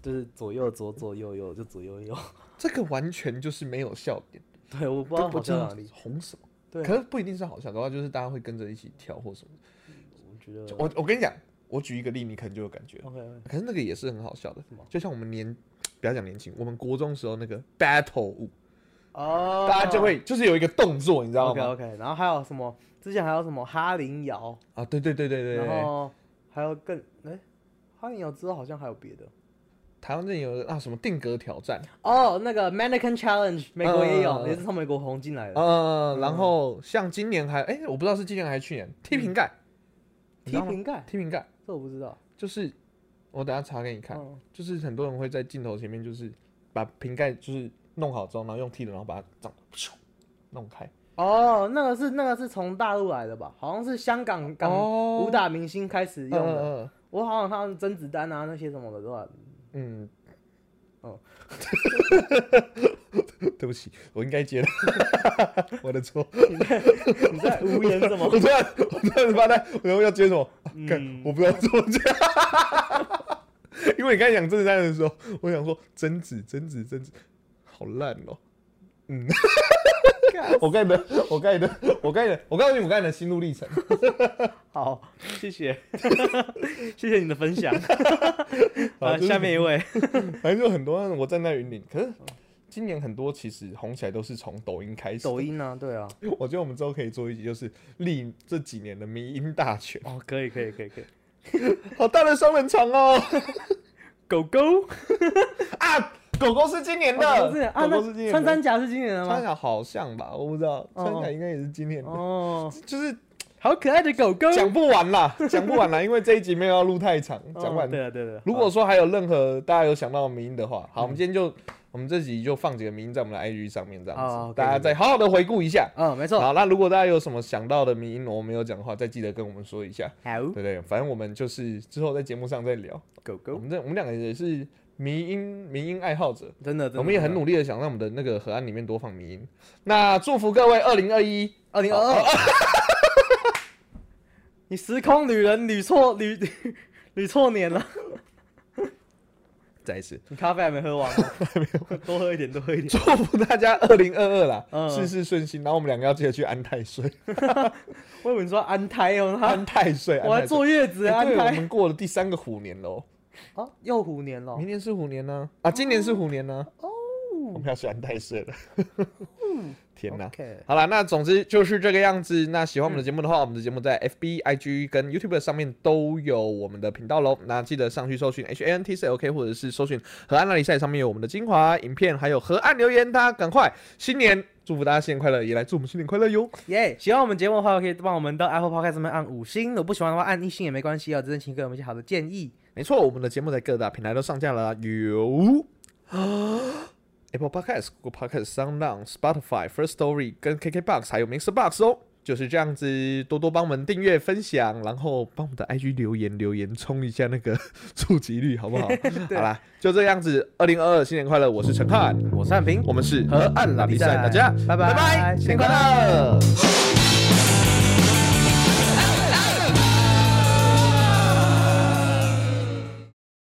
[SPEAKER 1] 就是左右左左右右，就左右右。
[SPEAKER 2] 这个完全就是没有笑点，
[SPEAKER 1] 对，我不知道
[SPEAKER 2] 不
[SPEAKER 1] 好
[SPEAKER 2] 知
[SPEAKER 1] 在
[SPEAKER 2] 道
[SPEAKER 1] 哪里。
[SPEAKER 2] 红什么。
[SPEAKER 1] 对啊
[SPEAKER 2] 可是不一定是好笑的话，就是大家会跟着一起跳或什么。
[SPEAKER 1] 嗯我觉得
[SPEAKER 2] 我我跟你讲，我举一个例，你可能就有感觉。
[SPEAKER 1] OK，
[SPEAKER 2] 可是那个也是很好笑的，就像我们年，不要讲年轻，我们国中时候那个 battle 舞，
[SPEAKER 1] 哦
[SPEAKER 2] 大家就会就是有一个动作，你知道
[SPEAKER 1] OK
[SPEAKER 2] 吗？
[SPEAKER 1] OK，然后还有什么？之前还有什么哈林摇，
[SPEAKER 2] 啊，对对对对对
[SPEAKER 1] 然
[SPEAKER 2] 对。
[SPEAKER 1] 后还有更哎、哈林摇之后好像还有别的
[SPEAKER 2] 台湾这里有啊什么定格挑战，
[SPEAKER 1] 哦那个 Mannequin Challenge 美国也有，
[SPEAKER 2] 嗯
[SPEAKER 1] 也是从美国红进来的。
[SPEAKER 2] 呃，
[SPEAKER 1] 嗯
[SPEAKER 2] 然后像今年还哎、我不知道是今年还是去年踢瓶盖，
[SPEAKER 1] 踢
[SPEAKER 2] 你知道吗
[SPEAKER 1] 瓶盖，
[SPEAKER 2] 踢瓶盖
[SPEAKER 1] 这我不知道。
[SPEAKER 2] 就是我等下查给你看，
[SPEAKER 1] 嗯
[SPEAKER 2] 就是很多人会在镜头前面就是把瓶盖就是弄好之后，然后用踢的，然后把它这样咻弄开。
[SPEAKER 1] 哦，那个是那个是从大陆来的吧？好像是香港港
[SPEAKER 2] 哦
[SPEAKER 1] 武打明星开始用的。
[SPEAKER 2] 嗯嗯
[SPEAKER 1] 我好像看到甄子丹啊那些什么的都吧？
[SPEAKER 2] 嗯，
[SPEAKER 1] 哦，
[SPEAKER 2] 对不起，我应该接的， 我的错。
[SPEAKER 1] 你在无言什么
[SPEAKER 2] 我？突然，我突然发呆，然后要接什么？
[SPEAKER 1] 嗯
[SPEAKER 2] 看、我不知道怎么接。 因为你刚才讲甄子丹的时候，我想说甄子，甄子，甄子，好烂哦、嗯， 我刚才的，我刚才的，我刚才的，我告诉你我刚才的心路历程。
[SPEAKER 1] 好，谢谢， 谢谢你的分享。
[SPEAKER 2] 好
[SPEAKER 1] 啊，
[SPEAKER 2] 就是
[SPEAKER 1] 下面一 位，
[SPEAKER 2] 反正就很多，我站在云顶，可是今年很多其实红起来都是从抖音开始。
[SPEAKER 1] 抖，音啊，对啊，
[SPEAKER 2] 我觉得我们之后可以做一集，就是历这几年的迷音大全，
[SPEAKER 1] 哦，可以可以可以可以，
[SPEAKER 2] 好大的双人床哦！
[SPEAKER 1] 狗狗。
[SPEAKER 2] 啊，狗狗是今年的，
[SPEAKER 1] 哦不是啊，
[SPEAKER 2] 狗狗是今
[SPEAKER 1] 那
[SPEAKER 2] 年的
[SPEAKER 1] 穿山甲是今年的吗？
[SPEAKER 2] 穿甲好像吧，我不知道，
[SPEAKER 1] 哦
[SPEAKER 2] 穿甲应该也是今年的，
[SPEAKER 1] 哦，
[SPEAKER 2] 就是
[SPEAKER 1] 好可爱的狗狗。
[SPEAKER 2] 讲不 完啦，讲不完啦，因为这一集没有要录太长，
[SPEAKER 1] 哦
[SPEAKER 2] 讲不完。
[SPEAKER 1] 对啊对啊嗯对啊。
[SPEAKER 2] 如果说还有任何大家有想到的名音的话，好，我们今天就我们这集就放几个名音在我们的 IG 上面这样子，
[SPEAKER 1] 哦，OK，
[SPEAKER 2] 大家
[SPEAKER 1] OK
[SPEAKER 2] 再好好的回顾一下。
[SPEAKER 1] 嗯，没错。好，
[SPEAKER 2] 好，那如果大家有什么想到的名音我没有讲的话，再记得跟我们说一下，对不对？反正我们就是之后在节目上再聊。
[SPEAKER 1] 狗
[SPEAKER 2] 我
[SPEAKER 1] 狗
[SPEAKER 2] 们这我们两个也是迷音迷音爱好者，
[SPEAKER 1] 真的，真的
[SPEAKER 2] 我们也很。努力的想让我们的那个河岸里面多放迷音。那祝福各位二零二一，
[SPEAKER 1] 二零二二，哦 你时空旅人旅错旅 旅错年了。
[SPEAKER 2] 再一次
[SPEAKER 1] 你咖啡还没喝完吗？ 还没有，多喝一点，多喝一
[SPEAKER 2] 祝
[SPEAKER 1] 点。
[SPEAKER 2] 福大家二零二二啦，
[SPEAKER 1] 嗯
[SPEAKER 2] 事事顺心。然后我们两个要记得去安太岁，
[SPEAKER 1] 我以为你说安胎哦，
[SPEAKER 2] 安
[SPEAKER 1] 他
[SPEAKER 2] 太岁，
[SPEAKER 1] 我还
[SPEAKER 2] 安太岁
[SPEAKER 1] 坐月子
[SPEAKER 2] 哎
[SPEAKER 1] 安
[SPEAKER 2] 对我
[SPEAKER 1] 胎
[SPEAKER 2] 们过了第三个虎年喽，
[SPEAKER 1] 哦，又虎年了哦
[SPEAKER 2] 明。年是虎年呢，啊，今年是虎年呢，哦，我们要去安太岁了，天哪！
[SPEAKER 1] 嗯 OK，
[SPEAKER 2] 好啦，那总之就是这个样子。那喜欢我们的节目的话，我们的节目在 FB、IG 跟 YouTube 上面都有我们的频道喽。那记得上去搜寻 HANTCLK，或者是搜寻河岸那里赛，上面有我们的精华影片，还有河岸留言。大家赶快新年祝福大家新年快乐，也来祝我们新年快乐哟！
[SPEAKER 1] 耶！喜欢我们节目的话，可以帮我们到 Apple Podcast 上面按五星，如果不喜欢的话按一星也没关系哦。真的请给我们一些好的建议。
[SPEAKER 2] 没错，我们的节目在各大平台都上架了，有啊 Apple Podcast、Google Podcast、Sound On、Spotify、First Story 跟 KKBox，还有 Mixer Box 哦。就是这样子，多多帮我们订阅、分享，然后帮我们的 IG 留言留言，冲一下那个触及率，好不好？好啦，就这样子，二零二二新年快乐！我是陈汉，
[SPEAKER 1] 我是汉平，
[SPEAKER 2] 我们是河岸拉力赛，大家
[SPEAKER 1] 拜拜
[SPEAKER 2] 拜拜，新年快乐！
[SPEAKER 4] Ooh,